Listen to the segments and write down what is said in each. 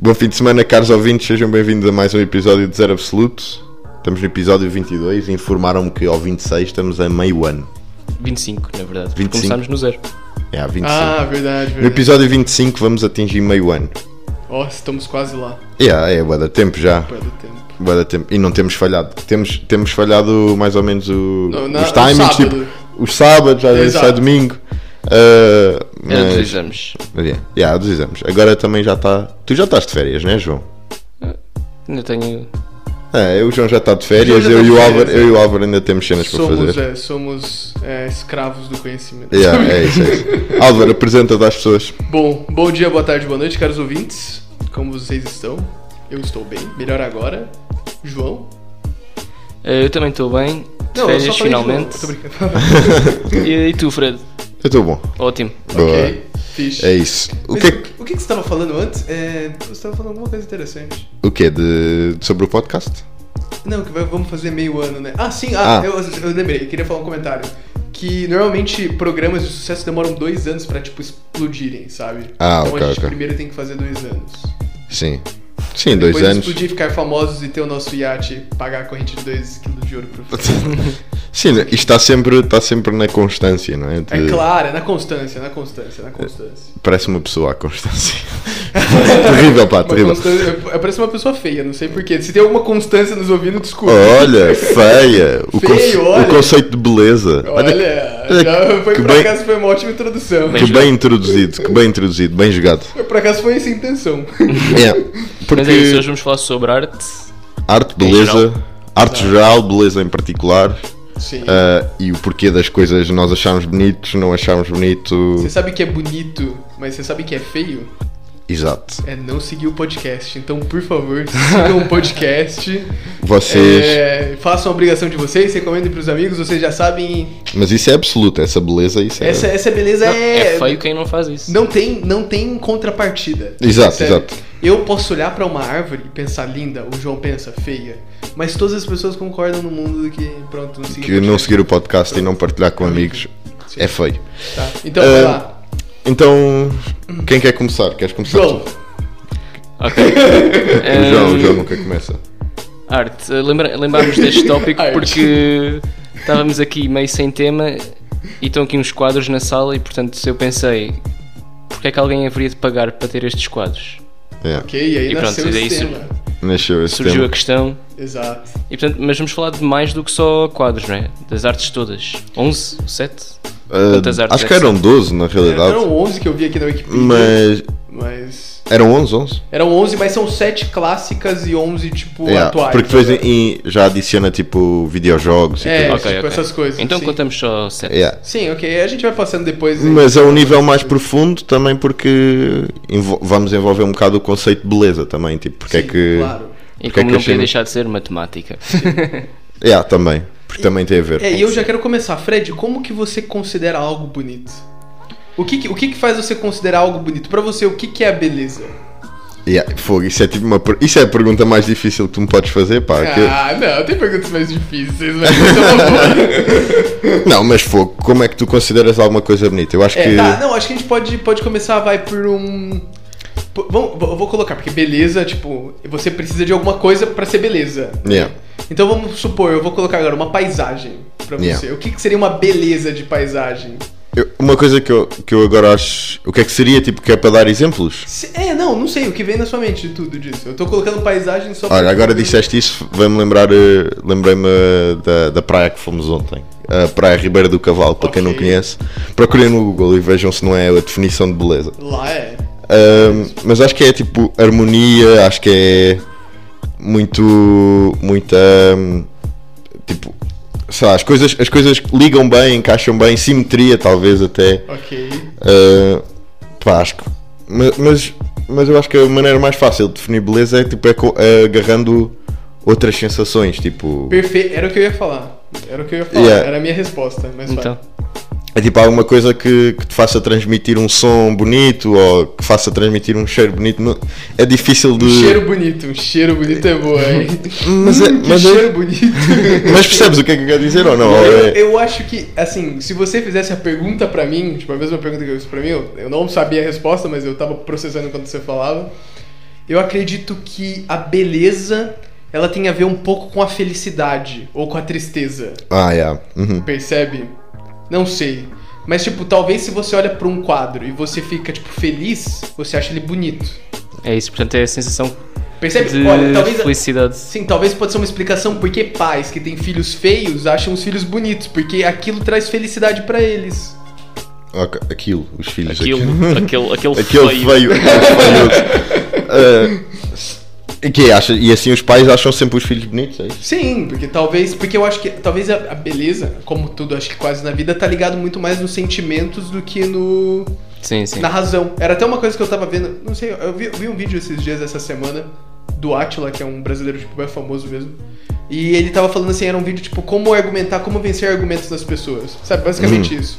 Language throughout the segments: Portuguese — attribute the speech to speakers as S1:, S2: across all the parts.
S1: Bom fim de semana, caros ouvintes, sejam bem-vindos a mais um episódio de Zero Absoluto. Estamos no episódio 22, informaram-me que ao 26 estamos a meio ano.
S2: 25, na verdade.
S1: 25.
S2: porque Começámos no zero.
S1: É, há 25.
S3: Ah, verdade,
S1: no
S3: verdade.
S1: episódio 25 vamos atingir meio ano.
S3: Ó, estamos quase lá,
S1: Yeah, é, vai dar tempo já.
S3: pé do tempo.
S1: Bué da tempo. E não temos falhado. Temos, temos falhado mais ou menos o-
S3: Não, na-
S1: os timings,
S3: sábado.
S1: tipo, os sábados, às vezes
S3: Exato.
S1: sai domingo. Ah,
S2: Era dos
S1: mas,
S2: exames.
S1: yeah, yeah, dos exames. Agora também já está. Tu já estás de férias, né, João?
S2: Ainda tenho.
S1: É, o João já está de férias,
S3: já
S1: eu,
S3: tá
S1: e
S3: de
S1: o
S3: férias,
S1: Álvaro, eu e o Álvaro ainda temos cenas para
S3: Somos,
S1: fazer.
S3: é, somos é, escravos do conhecimento.
S1: Yeah, é isso, é isso. Álvaro, apresenta-te às pessoas.
S3: Bom, bom dia, boa tarde, boa noite, caros ouvintes. Como vocês estão? Eu estou bem, melhor agora. João?
S2: Eh, eu também estou bem. De
S3: eu
S2: férias,
S3: falei João,
S2: finalmente.
S3: Tô brincando.
S2: E, e tu, Fred?
S1: Eu estou É bom.
S2: Ótimo.
S1: Boa.
S3: ok, fixe.
S1: É isso. O
S3: Mas
S1: que é que-
S3: o que que você tava falando antes? É, você estava falando alguma coisa interessante.
S1: o que é de, de- sobre o podcast?
S3: Não, que vai- vamos fazer meio ano, né? Ah, sim, ah,
S1: Ah.
S3: Eu, eu lembrei, queria falar um comentário. Que normalmente programas de sucesso demoram dois anos pra, tipo, explodirem, sabe?
S1: Ah,
S3: então
S1: ok,
S3: a gente
S1: ok.
S3: primeiro tem que fazer dois anos.
S1: Sim. Sim, dois
S3: Depois de
S1: anos.
S3: explodir, ficar famosos e ter o nosso iate, pagar a corrente de 2 quilos de ouro pro
S1: Sim, isto está sempre, está sempre na constância, não é?
S3: É
S1: De-
S3: claro, é na constância, na constância, na constância.
S1: Parece uma pessoa à constância. terrível, pá,
S3: Uma
S1: terrível.
S3: constância- eu- eu pareço uma pessoa feia, não sei porquê. Se tem alguma constância nos ouvindo, desculpa.
S1: Olha, feia. O,
S3: Feio,
S1: conce-
S3: olha.
S1: o conceito de beleza.
S3: Olha,
S1: olha
S3: já foi
S1: que
S3: por
S1: bem-
S3: acaso foi uma ótima introdução.
S1: que bem introduzido, que bem introduzido, bem jogado.
S3: Por acaso foi essa a intenção.
S1: É, porque
S2: Mas é isso, hoje vamos falar sobre arte.
S1: arte, beleza, arte geral, beleza em particular,
S3: Sim.
S1: ah, e o porquê das coisas nós acharmos bonitos, não acharmos bonito.
S3: Você sabe que é bonito, mas você sabe que é feio?
S1: Exato.
S3: É não seguir o podcast. Então, por favor, sigam o podcast.
S1: Vocês.
S3: É, façam a obrigação de vocês, recomendem pros amigos, vocês já sabem.
S1: Mas isso é absoluto, essa beleza, isso é.
S3: Essa, essa beleza
S2: É,
S3: é.
S2: feio quem não faz isso.
S3: Não tem, não tem contrapartida.
S1: Exato,
S3: Sério.
S1: exato.
S3: Eu posso olhar pra uma árvore e pensar linda, o João pensa feia, mas todas as pessoas concordam no mundo do que, pronto, não
S1: Que
S3: significa.
S1: não seguir o podcast e não partilhar com amigos
S3: é Sim.
S1: é feio.
S3: Tá. Então,
S1: Ah,
S3: vai lá.
S1: Então, quem quer começar? Queres começar?
S3: João, Um,
S1: tu?
S2: Ok.
S1: O João, o
S2: Ehm,
S1: João nunca começa.
S2: Arte. Eh, Lembra lembrámos deste tópico
S3: Arte.
S2: porque estávamos aqui meio sem tema e estão aqui uns quadros na sala e portanto eu pensei porque é que alguém haveria de pagar para ter estes quadros?
S1: É,
S3: ok, e aí
S2: e pronto,
S3: nasceu
S2: e daí
S3: esse
S2: sur-
S3: tema.
S1: Nasceu esse
S2: Surgiu a
S1: tema.
S2: questão
S3: Exato.
S2: e portanto, mas vamos falar de mais do que só quadros, não é? Das artes todas. 11? 7?
S1: Ah,
S2: Quantas artes
S1: acho que
S2: é que
S1: eram 12 na realidade.
S3: Eram 11 que eu vi aqui na Wikipedia,
S1: Mas
S3: mas...
S1: eram 11, 11.
S3: Eram 11, mas são 7 clássicas e 11, tipo,
S1: É,
S3: atuais.
S1: porque depois
S3: né?
S1: em- já adiciona tipo videojogos e
S3: É,
S1: tudo.
S3: tipo, essas coisas,
S2: Então
S3: sim.
S2: contamos só 7.
S1: Yeah.
S3: Sim, ok, a gente vai passando depois. hein?
S1: Mas é um nível mais profundo também porque envo- vamos envolver um bocado o conceito de beleza também, tipo, porque é
S3: Sim,
S1: que.
S3: Claro.
S2: E
S1: Porque é
S2: como
S1: que
S2: não
S1: eu chego-
S2: podia deixar de ser matemática.
S1: Yeah, também, porque também tem a ver.
S3: É, e eu já quero começar. Fred, como que você considera algo bonito? O que, que- o que, que faz você considerar algo bonito? Pra você, o que, que é a beleza?
S1: Yeah, fogo, isso é tipo uma per- Isso é a pergunta mais difícil que tu me podes fazer, pá. que-
S3: Ah, não, tem perguntas mais difíceis, mas isso é uma boa.
S1: Não, mas fogo, como é que tu consideras alguma coisa bonita? Eu acho
S3: É,
S1: que.
S3: tá, não, acho que a gente pode, pode começar, vai, por um... por- Vamos, eu vou colocar, porque beleza, tipo, você precisa de alguma coisa pra ser beleza.
S1: Yeah.
S3: Então vamos supor, eu vou colocar agora uma paisagem pra você.
S1: Yeah.
S3: O que, que seria uma beleza de paisagem?
S1: Eu- uma coisa que eu, que eu agora acho. O que é que seria, tipo, que é para dar exemplos?
S3: Se- é, não, não sei, o que vem na sua mente de tudo disso. Eu tô colocando paisagem só
S1: Olha,
S3: pra-
S1: agora disseste isso, vai-me lembrar. eh, Lembrei-me eh, da, da praia que fomos ontem. A Praia Ribeira do Cavalo, para quem não
S3: Ok.
S1: conhece. Procurem no Google e vejam se não é a definição de beleza.
S3: Lá é.
S1: Ahm, mas acho que é tipo harmonia, acho que é muito. muita. hum, tipo. Sei lá, as coisas, as coisas ligam bem, encaixam bem, simetria talvez até.
S3: Ok.
S1: Ah, pá, acho que. ma- Mas, mas eu acho que a maneira mais fácil de definir beleza é tipo é co- é agarrando outras sensações, tipo.
S3: Perfeito. Era o que eu ia falar. Era o que eu ia falar.
S1: Yeah.
S3: Era a minha resposta. Mas vai.
S2: Então,
S1: É tipo alguma coisa que, que te faça transmitir um som bonito ou que faça transmitir um cheiro bonito. Não- É difícil de.
S3: Um cheiro bonito. Um cheiro bonito é boa, hein?
S1: Mas é-
S3: Hum, que
S1: mas é-
S3: cheiro bonito.
S1: Mas percebes o que é que eu quero dizer ou não? Ou
S3: Eu,
S1: é-
S3: eu acho que, assim, se você fizesse a pergunta pra mim, tipo, a mesma pergunta que eu fiz pra mim, eu, eu não sabia a resposta, mas eu tava processando enquanto você falava. Eu acredito que a beleza ela tem a ver um pouco com a felicidade ou com a tristeza.
S1: Ah, yeah. Uhum.
S3: Percebe? Não sei. Mas, tipo, talvez se você olha pra um quadro e você fica, tipo, feliz, você acha ele bonito.
S2: É isso, portanto é a sensação
S3: Percebe?
S2: de
S3: É, Olha, talvez.
S2: felicidade.
S3: Sim, talvez pode ser uma explicação porque pais que têm filhos feios acham os filhos bonitos, porque aquilo traz felicidade pra eles.
S1: Ok, Aquilo, os filhos.
S2: Aquilo,
S3: Uhum.
S2: aquele, aquele,
S1: Aquele
S2: feio.
S1: feio. Aquele feio. Ah, e que acha, e assim os pais acham sempre os filhos bonitos, é isso?
S3: Sim, porque talvez, porque eu acho que talvez a, a beleza, como tudo, acho que quase na vida, tá ligado muito mais nos sentimentos do que no
S2: Sim, sim.
S3: na razão. Era até uma coisa que eu tava vendo, não sei, eu vi, eu vi um vídeo esses dias essa semana do Atila, que é um brasileiro tipo bem famoso mesmo. E ele tava falando assim, era um vídeo tipo como argumentar, como vencer argumentos das pessoas. Sabe, basicamente isso.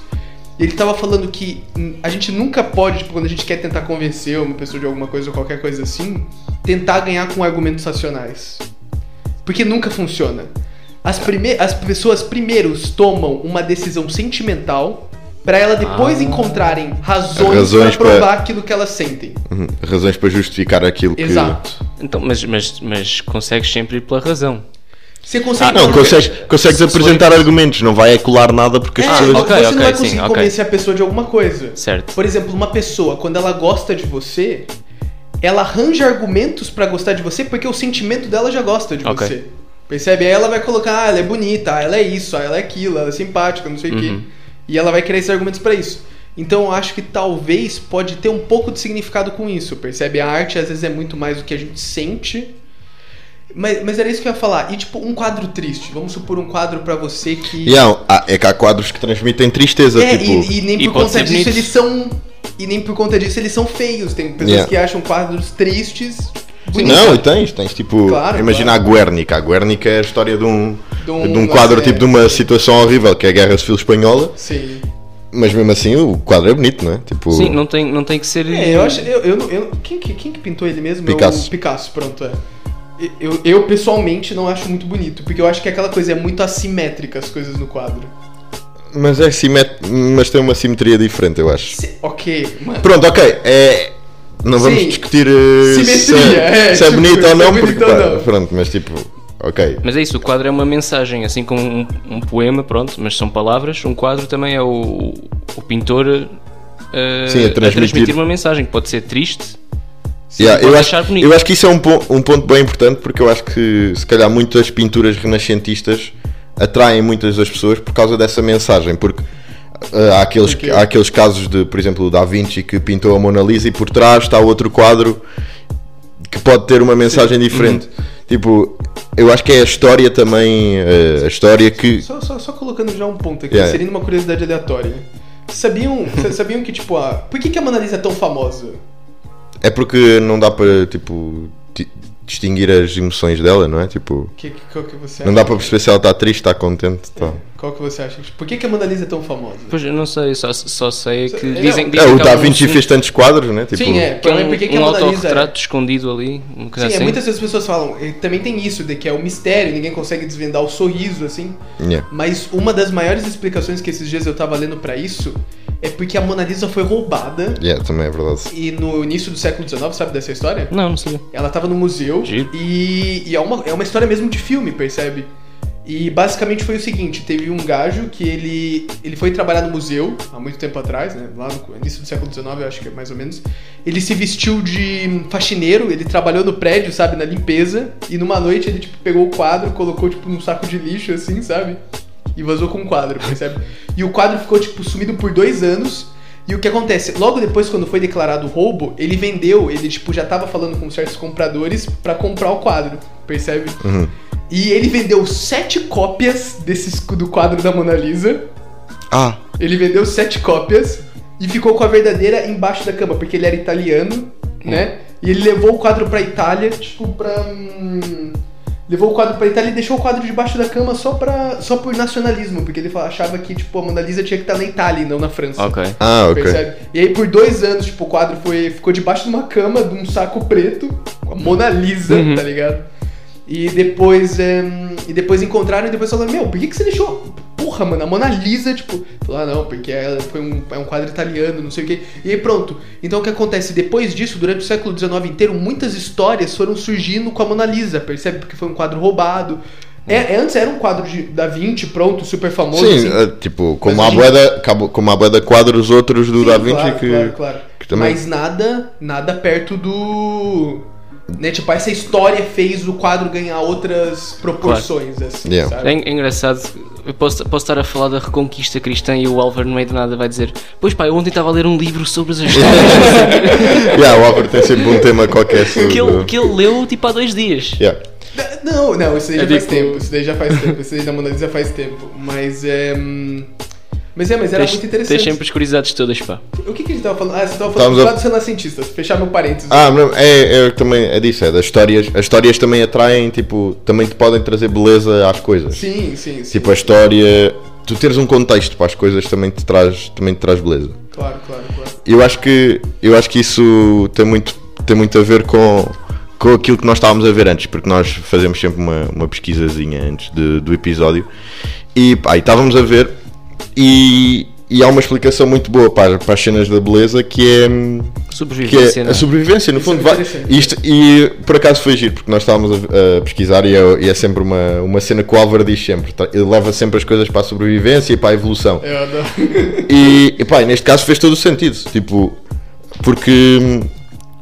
S3: E ele tava falando que hum, a gente nunca pode, tipo, quando a gente quer tentar convencer uma pessoa de alguma coisa ou qualquer coisa assim, tentar ganhar com argumentos racionais. Porque nunca funciona. As, prime as pessoas primeiros tomam uma decisão sentimental pra ela depois
S2: Ah.
S3: encontrarem razões,
S1: Razões
S3: pra
S1: pra-
S3: provar aquilo que elas sentem.
S1: Uhum. Razões para justificar aquilo que.
S3: Exato.
S2: Então, mas, mas, mas consegues sempre ir pela razão.
S3: Você consegue.
S2: Ah,
S1: Não, consegues, consegues
S2: Se for-
S1: apresentar argumentos, não vai colar nada porque as
S3: É,
S1: pessoas.
S3: você
S2: ok,
S3: não vai
S2: ok,
S3: conseguir
S2: sim, ok.
S3: convencer a pessoa de alguma coisa.
S2: Certo.
S3: Por exemplo, uma pessoa, quando ela gosta de você, ela arranja argumentos pra gostar de você porque o sentimento dela já gosta de
S2: Ok.
S3: você. Percebe? Aí ela vai colocar, ah, ela é bonita, ah, ela é isso, ah, ela é aquilo, ela é simpática, não sei o quê.
S2: Uhum.
S3: E ela vai criar esses argumentos pra isso. Então eu acho que talvez pode ter um pouco de significado com isso, percebe? A arte às vezes é muito mais o que a gente sente. Mas, mas era isso que eu ia falar. E tipo, um quadro triste. Vamos supor um quadro pra você que.
S1: E há- há- é que há quadros que transmitem tristeza,
S3: É,
S1: tipo.
S3: e, e nem
S2: E
S3: por
S2: pode
S3: conta
S2: ser
S3: disso
S2: bonito.
S3: eles são. E nem por conta disso eles são feios. Tem pessoas
S1: Yeah.
S3: que acham quadros tristes. bonitos.
S1: Não, e tens, tens tipo.
S3: Claro,
S1: imagina a Guernica. A Guernica é a história de um,
S3: De
S1: de
S3: um-
S1: um, quadro,
S3: é,
S1: tipo, de uma situação horrível, que é a Guerra Civil Espanhola,
S3: Sim.
S1: mas mesmo assim o quadro é bonito, não é? Tipo.
S2: Sim, não tem, não tem que ser.
S3: É, eu acho. Eu, eu, não- eu- quem, que- quem que pintou ele mesmo? É o
S1: Picasso.
S3: Picasso, pronto, é. Eu, eu pessoalmente não acho muito bonito, porque eu acho que aquela coisa é muito assimétrica as coisas no quadro.
S1: Mas é simet... mas tem uma simetria diferente, eu acho.
S2: é-
S3: Se- ok, mano.
S1: Pronto, ok. É... Não vamos
S3: Sim.
S1: discutir eh,
S3: Simetria,
S1: se é,
S3: é,
S1: se é
S3: tipo,
S1: bonito
S3: se é
S1: ou não,
S3: bonito
S1: porque
S3: ou
S1: pá,
S3: não.
S1: pronto, mas tipo, ok.
S2: Mas é isso, o quadro é uma mensagem, assim como um, um poema, pronto, mas são palavras. Um quadro também é o, o pintor eh,
S1: Sim, a transmitir.
S2: uma mensagem, que pode ser triste.
S1: Yeah,
S2: pode
S1: eu,
S2: achar
S1: acho,
S2: bonito.
S1: eu acho que isso é um, po- um ponto bem importante porque eu acho que se calhar muitas pinturas renascentistas atraem muitas das pessoas por causa dessa mensagem, porque ah, há, aqueles,
S3: Por quê?
S1: há aqueles casos de, por exemplo, o Da Vinci que pintou a Mona Lisa e por trás está outro quadro que pode ter uma mensagem diferente.
S2: Uhum.
S1: Tipo, eu acho que é a história também, eh, a história que
S3: Só, só, só colocando já um ponto aqui,
S1: Yeah.
S3: inserindo uma curiosidade aleatória. Sabiam, sa- sabiam que, tipo, a. Por que, que a Mona Lisa é tão famosa?
S1: é porque não dá para tipo ti- distinguir as emoções dela, não é? Tipo,
S3: Que, que, qual que você
S1: não dá para perceber se ela está triste, está contente, tá.
S3: Qual que você acha? Por que, que a Mona Lisa é tão famosa?
S2: Pois eu não sei, só, só sei que
S3: Não,
S2: dizem,
S1: É,
S2: dizem
S1: o
S2: que há
S1: Da
S2: um-
S1: Vinci
S2: um-
S1: fez tantos quadros, né? Tipo,
S3: Sim, é.
S2: que há
S3: Por que que
S2: um,
S3: a
S2: um
S3: Mona Lisa
S2: autorretrato escondido ali, uma
S3: Sim,
S2: coisa
S3: é,
S2: assim.
S3: muitas vezes as pessoas falam, e também tem isso, de que é um mistério, ninguém consegue desvendar o sorriso, assim.
S1: yeah.
S3: Mas uma das maiores explicações que esses dias eu tava lendo pra isso é porque a Mona Lisa foi roubada
S1: Yeah, também é verdade.
S3: e no início do século XIX, sabe dessa história?
S2: Não, não sei.
S3: Ela tava no museu
S2: Giro.
S3: e, e é, uma, é uma história mesmo de filme, percebe? E basicamente foi o seguinte, teve um gajo que ele, ele foi trabalhar no museu há muito tempo atrás, né? Lá no início do século XIX, eu acho que é mais ou menos. Ele se vestiu de faxineiro, ele trabalhou no prédio, sabe, na limpeza, e numa noite ele tipo, pegou o quadro, colocou tipo num saco de lixo assim, sabe? E vazou com o quadro, percebe? e o quadro ficou tipo sumido por dois anos. E o que acontece? Logo depois, quando foi declarado o roubo, ele vendeu, ele tipo já tava falando com certos compradores pra comprar o quadro, percebe?
S1: Uhum.
S3: E ele vendeu sete cópias desse, do quadro da Mona Lisa.
S1: Ah,
S3: Ele vendeu sete cópias e ficou com a verdadeira embaixo da cama, porque ele era italiano, né? E ele levou o quadro pra Itália, tipo, pra. hum, Levou o quadro pra Itália e deixou o quadro debaixo da cama só, pra, só por nacionalismo, porque ele fa- achava que, tipo, a Mona Lisa tinha que estar na Itália e não na França.
S2: Ok.
S1: ah ok.
S3: Percebe? E aí por dois anos, tipo, o quadro foi, ficou debaixo de uma cama, de um saco preto, com a Mona Lisa,
S2: Uhum.
S3: tá é, ligado? E depois, em, e depois encontraram e depois falaram, meu, por que, que você deixou porra porra, mano, a Mona Lisa, tipo, lá não, porque ela foi um, é um quadro italiano, não sei o quê. E aí pronto. Então o que acontece? Depois disso, durante o século XIX inteiro, muitas histórias foram surgindo com a Mona Lisa, percebe? Porque foi um quadro roubado. É, é, antes era um quadro de, da 20, pronto, super famoso.
S1: Sim,
S3: assim.
S1: é, tipo, como
S3: Mas
S1: a
S3: hoje-
S1: boeda, como a boeda quadros outros do
S3: Sim,
S1: Da Vinci
S3: claro,
S1: que,
S3: claro, claro.
S1: que também.
S3: Mas nada, nada perto do. Né, tipo, essa história fez o quadro ganhar outras proporções, assim,
S1: Yeah.
S3: sabe?
S2: É, en- é engraçado, eu posso, posso estar a falar da Reconquista Cristã e o Álvaro no meio do nada vai dizer Pois pá, eu ontem estava a ler um livro sobre as histórias
S1: yeah, o Álvaro tem sempre um tema qualquer sobre.
S2: que, ele, que ele leu tipo há dois dias.
S1: Yeah.
S3: Não, não, isso daí
S2: É
S3: já faz
S2: tipo-
S3: tempo. Isso daí já faz tempo. Isso daí da Mona Lisa faz tempo. Mas é. hum, Mas é, mas era
S2: Tens-
S3: muito
S2: Tens
S3: interessante.
S2: sempre as curiosidades todas, pá.
S3: O que, que a gente tava falando? Ah, você tava falando
S1: Estávamos a-
S3: dos renascentistas. Fechar meu parênteses.
S1: Ah, não, é, é também é disso, é das histórias. As histórias também atraem, tipo, também te podem trazer beleza às coisas.
S3: Sim, sim, sim.
S1: Tipo, a história. Tu teres um contexto para as coisas também te traz, também te traz beleza.
S3: Claro, claro, claro.
S1: Eu acho que, eu acho que isso tem muito, tem muito a ver com, com aquilo que nós estávamos a ver antes, porque nós fazemos sempre uma, uma pesquisazinha antes de- do episódio. E pá, e estávamos a ver, e, e há uma explicação muito boa para, para as cenas da beleza que é. hum, que é
S2: Sobrevivência, não é?
S1: a sobrevivência, no
S3: Isso é
S1: fundo. vai-
S3: interessante.
S1: isto, e por acaso foi giro, porque nós estávamos a, a pesquisar e é, e é sempre uma, uma cena que o Álvaro diz sempre. tá? Ele leva sempre as coisas para a sobrevivência e para a evolução.
S3: É, Eu adoro.
S1: E, e pá, e neste caso fez todo o sentido, tipo, porque hum,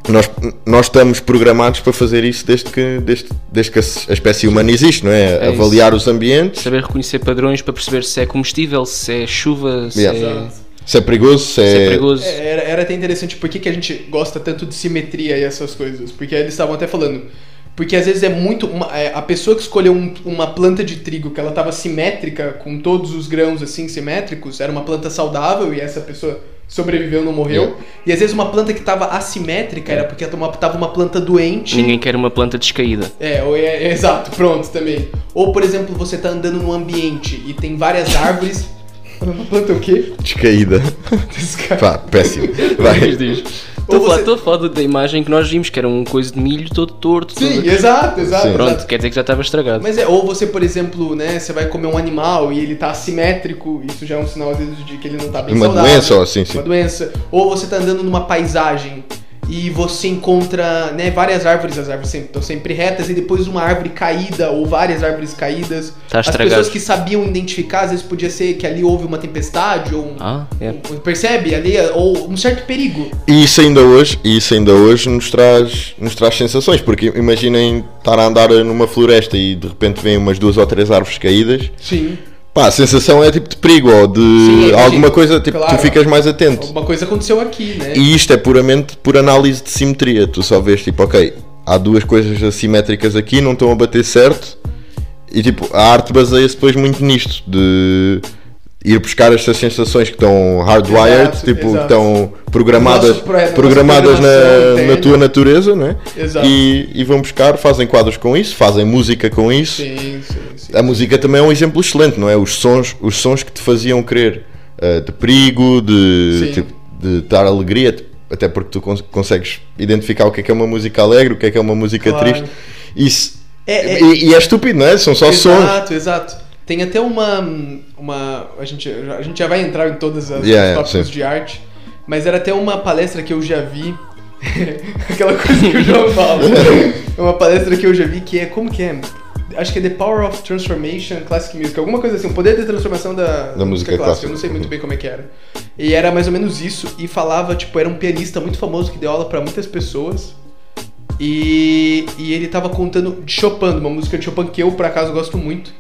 S1: nós, nós estamos programados para fazer isso desde que, desde, desde que a s- a espécie humana existe, não é?
S2: É isso.
S1: Avaliar os ambientes,
S2: Saber reconhecer padrões para perceber se é comestível, se é chuva, se,
S1: Yeah.
S2: é,
S3: Exato.
S1: se é perigoso, se é.
S2: se é perigoso.
S3: É, Era, era até interessante por que, que a gente gosta tanto de simetria e essas coisas. Porque eles estavam até falando. Porque às vezes é muito. uma- é, a pessoa que escolheu um- uma planta de trigo que ela estava simétrica, com todos os grãos assim simétricos, era uma planta saudável e essa pessoa sobreviveu, não morreu.
S1: Yeah.
S3: E às vezes uma planta que estava assimétrica era porque estava uma planta doente.
S2: Ninguém quer uma planta descaída.
S3: É, ou é, é, exato, pronto também. Ou por exemplo, você tá andando num ambiente e tem várias árvores. Uma planta o quê?
S1: Descaída. Pá, péssimo. Vai.
S2: Estou a falar-
S3: você-
S2: estou a falar da- da imagem que nós vimos, que era um coisa de milho todo torto.
S3: Sim,
S2: todo-
S3: exato, exato.
S1: Sim.
S3: exato.
S2: Pronto, quer dizer que já estava estragado.
S3: Mas é, ou você, por exemplo, né, você vai comer um animal e ele tá assimétrico, isso já é um sinal às vezes de que ele não tá bem
S1: Uma
S3: saudável.
S1: doença, ó, sim, sim.
S3: Uma doença. Ou você tá andando numa paisagem e você encontra, né, várias árvores, as árvores estão sempre retas e depois uma árvore caída ou várias árvores caídas.
S2: Tá
S3: as
S2: estragado.
S3: pessoas que sabiam identificar, às vezes podia ser que ali houve uma tempestade ou um,
S2: Ah, é.
S3: um- percebe? Ali ou um certo perigo.
S1: E isso ainda hoje, e isso ainda hoje nos traz, nos traz sensações, porque imaginem estar a andar numa floresta e de repente vêm umas duas ou três árvores caídas.
S3: Sim.
S1: Pá, a sensação é tipo de perigo ou de
S3: Sim, é,
S1: alguma
S3: sim,
S1: coisa, tipo,
S3: claro.
S1: tu ficas mais atento.
S3: Alguma coisa aconteceu aqui, né?
S1: E isto é puramente por análise de simetria. Tu só vês tipo, ok, há duas coisas assimétricas aqui, não estão a bater certo. E tipo, a arte baseia-se depois muito nisto, de ir buscar estas sensações que estão hardwired,
S3: Exato,
S1: tipo,
S3: exato.
S1: que estão programadas,
S3: Nosso pro- nossa
S1: programadas
S3: programação
S1: na,
S3: interna.
S1: na tua natureza, não é?
S3: Exato.
S1: E, e vão buscar, fazem quadros com isso, fazem música com isso.
S3: Sim, sim, sim.
S1: A música também é um exemplo excelente, não é? Os sons, os sons que te faziam crer eh, de perigo, de,
S3: Sim.
S1: tipo, de dar alegria, t- até porque tu cons- consegues identificar o que é que é uma música alegre, o que é que é uma música
S3: Claro.
S1: triste. Isso.
S3: É- é-
S1: E, e é estúpido, não é? São só sons.
S3: Exato, exato. Tem até uma. uma a, gente, a gente já vai entrar em todas as
S1: Yeah, yeah,
S3: tópicos
S1: sim.
S3: de arte, mas era até uma palestra que eu já vi. Aquela coisa que o João fala. É uma palestra que eu já vi que é. Como que é? Acho que é The Power of Transformation Classic Music, alguma coisa assim, o poder de transformação da,
S1: Da música clássica. Uhum.
S3: Eu não sei muito bem como é que era. E era mais ou menos isso, e falava, tipo, era um pianista muito famoso que deu aula pra muitas pessoas. E, e ele tava contando de Chopin, de uma música de Chopin que eu, por acaso, gosto muito.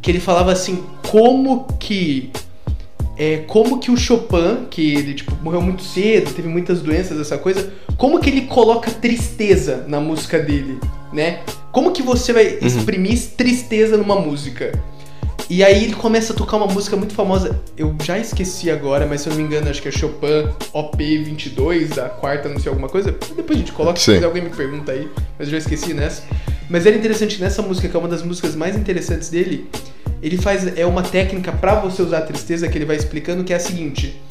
S3: Que ele falava assim, como que. É, como que o Chopin, que ele tipo, morreu muito cedo, teve muitas doenças, essa coisa, como que ele coloca tristeza na música dele, né? Como que você vai
S1: Uhum.
S3: exprimir tristeza numa música? E aí ele começa a tocar uma música muito famosa, eu já esqueci agora, mas se eu não me engano, acho que é Chopin OP22, da quarta, não sei, alguma coisa. Depois a gente coloca, se
S1: Sim.
S3: quiser, alguém me pergunta aí, mas eu já esqueci nessa. Mas era interessante nessa música, que é uma das músicas mais interessantes dele, ele faz é uma técnica pra você usar a tristeza que ele vai explicando que é a seguinte.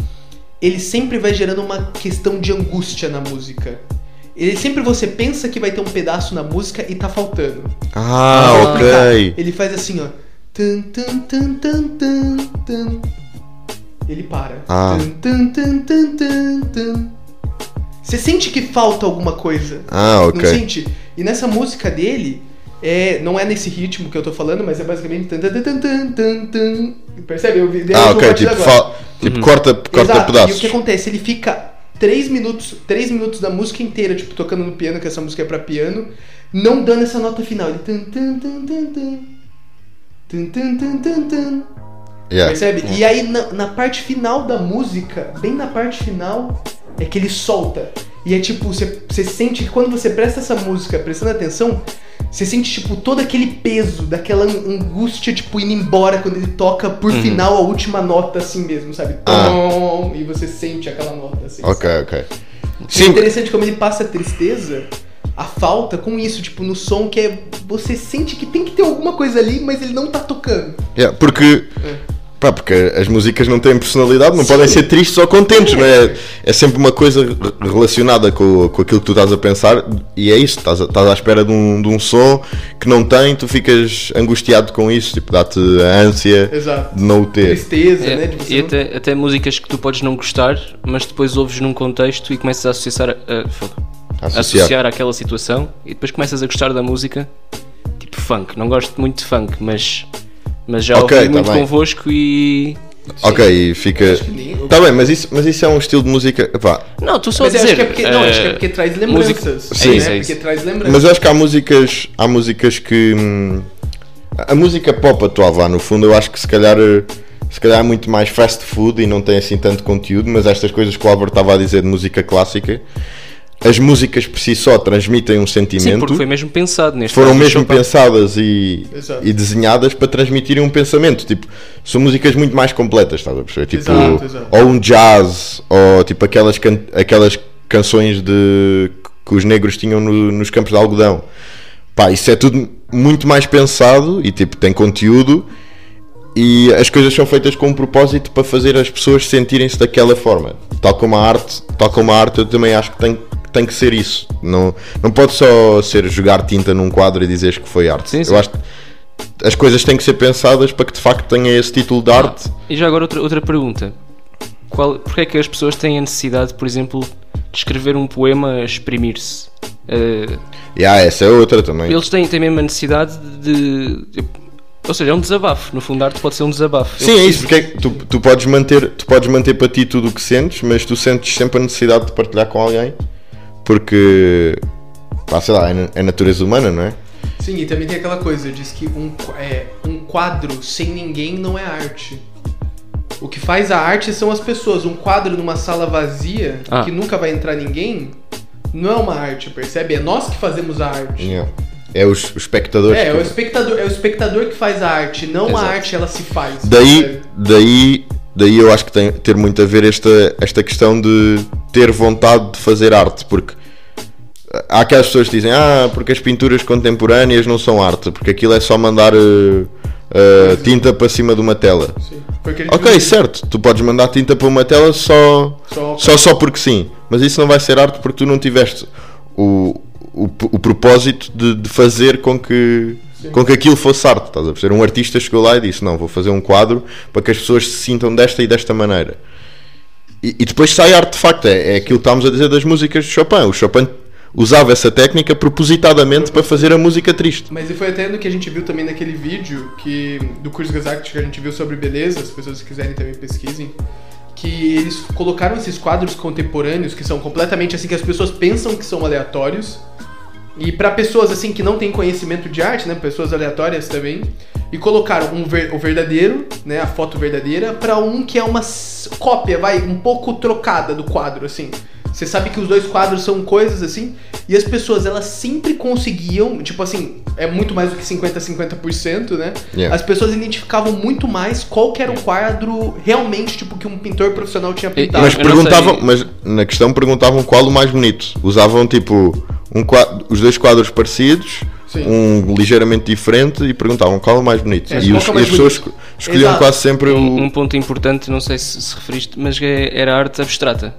S3: Ele sempre vai gerando uma questão de angústia na música. Ele sempre você pensa que vai ter um pedaço na música e tá faltando.
S1: Ah,
S3: Vou explicar.
S1: ok.
S3: Ele faz assim, ó. Tan, tan, tan, tan, tan, tan. Ele para.
S1: Ah.
S3: Tan, tan, tan, tan, tan. Você sente que falta alguma coisa.
S1: Ah,
S3: Não
S1: ok.
S3: sente? E nessa música dele, é, não é nesse ritmo que eu tô falando, mas é basicamente. tan, tan, tan, tan, tan, tan. Percebe? Eu vi- dei
S1: Ah,
S3: uma
S1: ok.
S3: batida
S1: Tipo,
S3: agora.
S1: fal- tipo corta, corta
S3: Exato. E o
S1: pedaços.
S3: que acontece? Ele fica 3 minutos, 3 minutos da música inteira, tipo, tocando no piano, que essa música é pra piano, não dando essa nota final. Ele tan tan tan tan tan. Tan tan tan tan tan.
S1: Yeah.
S3: Percebe? E aí na, na parte final da música, bem na parte final, é que ele solta. E é tipo, você você sente que quando você presta essa música prestando atenção, você sente tipo todo aquele peso, daquela an- angústia, tipo, indo embora quando ele toca por final a última nota assim mesmo, sabe?
S1: Uhum. Ah.
S3: Tom, E você sente aquela nota assim.
S1: Ok, ok.
S3: É
S1: Sim,
S3: interessante como ele passa a tristeza, a falta, com isso, tipo, no som que é. Você sente que tem que ter alguma coisa ali, mas ele não tá tocando.
S1: yeah, porque. Pá, porque as músicas não têm personalidade, não podem ser tristes ou contentes, não é? É sempre uma coisa re- relacionada com, com aquilo que tu estás a pensar e é isso, estás, a- estás à espera de um, de um som que não tem, tu ficas angustiado com isso, tipo, dá-te a ânsia
S3: Exato.
S1: de não o ter.
S3: Tristeza,
S2: É,
S3: né? De você
S2: e
S3: não-
S2: até, até músicas que tu podes não gostar, mas depois ouves num contexto e começas a associar, a, fogo,
S1: Associar.
S2: associar àquela situação e depois começas a gostar da música, tipo funk. Não gosto muito de funk, mas, mas já
S1: Ok,
S2: ouvi
S1: tá
S2: muito
S1: bem.
S2: convosco e.
S1: Ok, e fica.
S3: Acho que nem-
S1: Tá bem, mas isso, mas isso é um estilo de música. Pá,
S2: Não, tu só a
S3: Mas eu
S2: dizer.
S3: acho que é porque, não,
S2: eh,
S3: acho que é porque traz
S2: música-
S3: lembranças.
S2: Sim,
S3: né?
S2: é
S3: Porque
S2: isso.
S3: traz lembranças.
S1: Mas eu acho que há músicas, há músicas que hum, a a música pop atual lá no fundo, eu acho que se calhar eh, se calhar é muito mais fast food e não tem assim tanto conteúdo, mas estas coisas que o Álvaro estava a dizer de música clássica, as músicas por si só transmitem um
S2: Sim,
S1: sentimento.
S2: porque foi mesmo pensado neste
S1: Foram
S2: caso,
S1: mesmo
S2: Chopin.
S1: pensadas e,
S3: Exato.
S1: e desenhadas para transmitirem um pensamento. Tipo, são músicas muito mais completas, estás a perceber? Tipo,
S3: Exato, exato.
S1: Ou um jazz, ou tipo aquelas, can- aquelas canções de que os negros tinham no- nos campos de algodão. Pá, isso é tudo muito mais pensado e tipo, tem conteúdo e as coisas são feitas com um propósito para fazer as pessoas sentirem-se daquela forma. Tal como a arte, tal como a arte eu também acho que tem, tem que ser isso. Não, não pode só ser jogar tinta num quadro e dizeres que foi arte.
S2: Sim, sim.
S1: Eu acho que as coisas têm que ser pensadas para que de facto tenha esse título de arte.
S2: E já agora outra, outra pergunta. Qual, porquê é que as pessoas têm a necessidade, por exemplo, de escrever um poema a exprimir-se? Eh,
S1: E há essa é outra também.
S2: eles têm, têm mesmo a necessidade de. de- Ou seja, é um desabafo. No fundo, a arte pode ser um desabafo. Eu
S1: Sim, é
S2: preciso-
S1: isso, porque é que tu, tu, podes manter, tu podes manter para ti tudo o que sentes, mas tu sentes sempre a necessidade de partilhar com alguém, porque, pá, sei lá, é na- é natureza humana, não é?
S3: Sim, e também tem aquela coisa, diz que um, qu- é, um quadro sem ninguém não é arte. O que faz a arte são as pessoas. Um quadro numa sala vazia,
S2: Ah.
S3: que nunca vai entrar ninguém, não é uma arte, percebe? É nós que fazemos a arte.
S1: Não. É os, os espectadores.
S3: É, é
S1: que-
S3: o espectador, é o espectador que faz a arte, não
S1: Exato.
S3: a arte ela se faz.
S1: Daí,
S3: percebe?
S1: daí, daí eu acho que tem ter muito a ver esta, esta questão de ter vontade de fazer arte, porque há aquelas pessoas que dizem ah, porque as pinturas contemporâneas não são arte, porque aquilo é só mandar eh, eh, tinta para cima de uma tela.
S3: Sim. Foi o que ele
S1: Ok,
S3: disse.
S1: certo, tu podes mandar tinta para uma tela só
S3: Só-
S1: só, só porque sim, mas isso não vai ser arte porque tu não tiveste o, o, o propósito de, de fazer com que, com que aquilo fosse arte. Estás a perceber? Um artista chegou lá e disse: Não, vou fazer um quadro para que as pessoas se sintam desta e desta maneira. E, e depois sai arte de facto, é, é aquilo que estávamos a dizer das músicas de Chopin. O Chopin usava essa técnica propositadamente para fazer a música triste.
S3: Mas e foi até no que a gente viu também naquele vídeo que do curso Gazakt que a gente viu sobre beleza, as pessoas que quiserem também pesquisem, que eles colocaram esses quadros contemporâneos que são completamente assim que as pessoas pensam que são aleatórios. E pra pessoas assim que não têm conhecimento de arte, né, pessoas aleatórias também, e colocaram um ver- o verdadeiro, né, a foto verdadeira pra um que é uma s- cópia, vai, um pouco trocada do quadro assim. Você sabe que os dois quadros são coisas assim, e as pessoas elas sempre conseguiam, tipo assim, é muito mais do que 50 50%, né?
S1: Yeah.
S3: As pessoas identificavam muito mais qual que era o quadro realmente, tipo que um pintor profissional tinha
S2: E-
S3: pintado.
S1: mas
S2: eu não
S1: perguntavam,
S2: sei.
S1: mas na questão perguntavam qual o mais bonito. Usavam tipo um qua- os dois quadros parecidos,
S3: Sim.
S1: um ligeiramente diferente e perguntavam qual o mais bonito.
S3: É,
S1: e
S3: qual
S1: os-
S3: que é o
S1: e
S3: mais
S1: as pessoas
S3: bonito?
S1: esco- escolhiam
S3: Exato.
S1: quase sempre o.
S2: Um, um ponto importante, não sei se, se referiste, mas é- era a arte abstrata.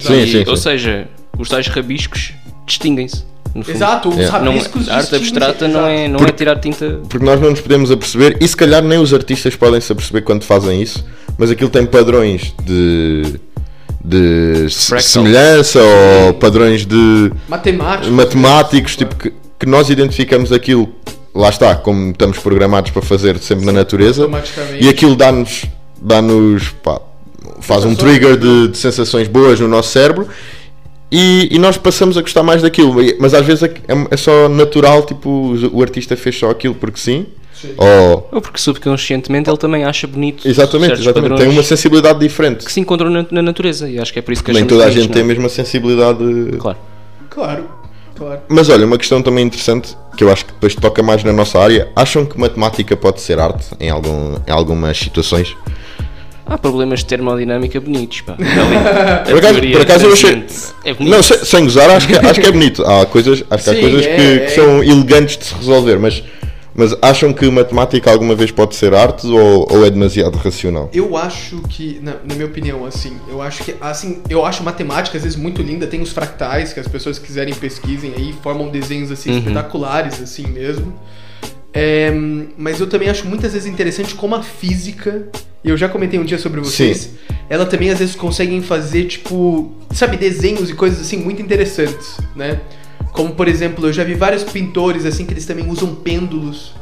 S1: Sim,
S2: E-
S1: sim,
S2: Ou
S1: sim.
S2: seja, os tais rabiscos distinguem-se. no fundo.
S3: Exato, Ah, os
S1: Yeah.
S2: Não,
S3: rabiscos.
S2: a arte
S3: distinguem-
S2: abstrata não é, não é
S1: Porque-
S2: tirar tinta.
S1: Porque nós não nos podemos aperceber, e se calhar nem os artistas podem se aperceber quando fazem isso, mas aquilo tem padrões de. de se-
S2: Fractal.
S1: semelhança ou padrões de
S3: Matemática.
S1: matemáticos, tipo que, que nós identificamos aquilo, lá está, como estamos programados para fazer sempre na natureza,
S3: Automaticamente.
S1: e aquilo dá-nos, dá-nos, pá, faz um trigger de, de sensações boas no nosso cérebro. E, e nós passamos a gostar mais daquilo, E- mas às vezes é, é só natural, tipo, o- o artista fez só aquilo porque sim,
S3: Sim.
S1: ou
S2: Ou porque subconscientemente ele também acha bonito.
S1: exatamente,
S2: certos
S1: exatamente.
S2: padrões
S1: tem uma sensibilidade diferente.
S2: que se encontram na, na natureza. E acho que é por isso que
S1: Nem
S2: achamos
S1: toda a
S2: bonitos,
S1: gente tem a
S2: não é?
S1: mesma sensibilidade
S2: Claro.
S3: Claro, claro.
S1: Mas olha, uma questão também interessante que eu acho que depois toca mais na nossa área. Acham que matemática pode ser arte em, algum, em algumas situações?
S2: Há problemas de termodinâmica bonitos, pá. Ali, a
S1: Por acaso,
S2: teoria
S1: por acaso eu achei.
S2: transiente É bonito.
S1: Não, sem, sem gozar, acho que, acho que é bonito. Há coisas, acho que há
S3: Sim,
S1: coisas que,
S3: é-
S1: que são elegantes de se resolver, mas, mas acham que matemática alguma vez pode ser arte ou, ou é demasiado racional?
S3: Eu acho que, na, na minha opinião, assim, eu acho que, assim, eu acho matemática às vezes muito linda, tem os fractais que as pessoas quiserem pesquisem aí, formam desenhos, assim, espetaculares, assim mesmo. É, mas eu também acho muitas vezes interessante como a física, e eu já comentei um dia sobre vocês,
S1: Sim.
S3: ela também às vezes conseguem fazer, tipo, sabe, desenhos e coisas assim muito interessantes, né? Como, por exemplo, eu já vi vários pintores, assim, que eles também usam pêndulos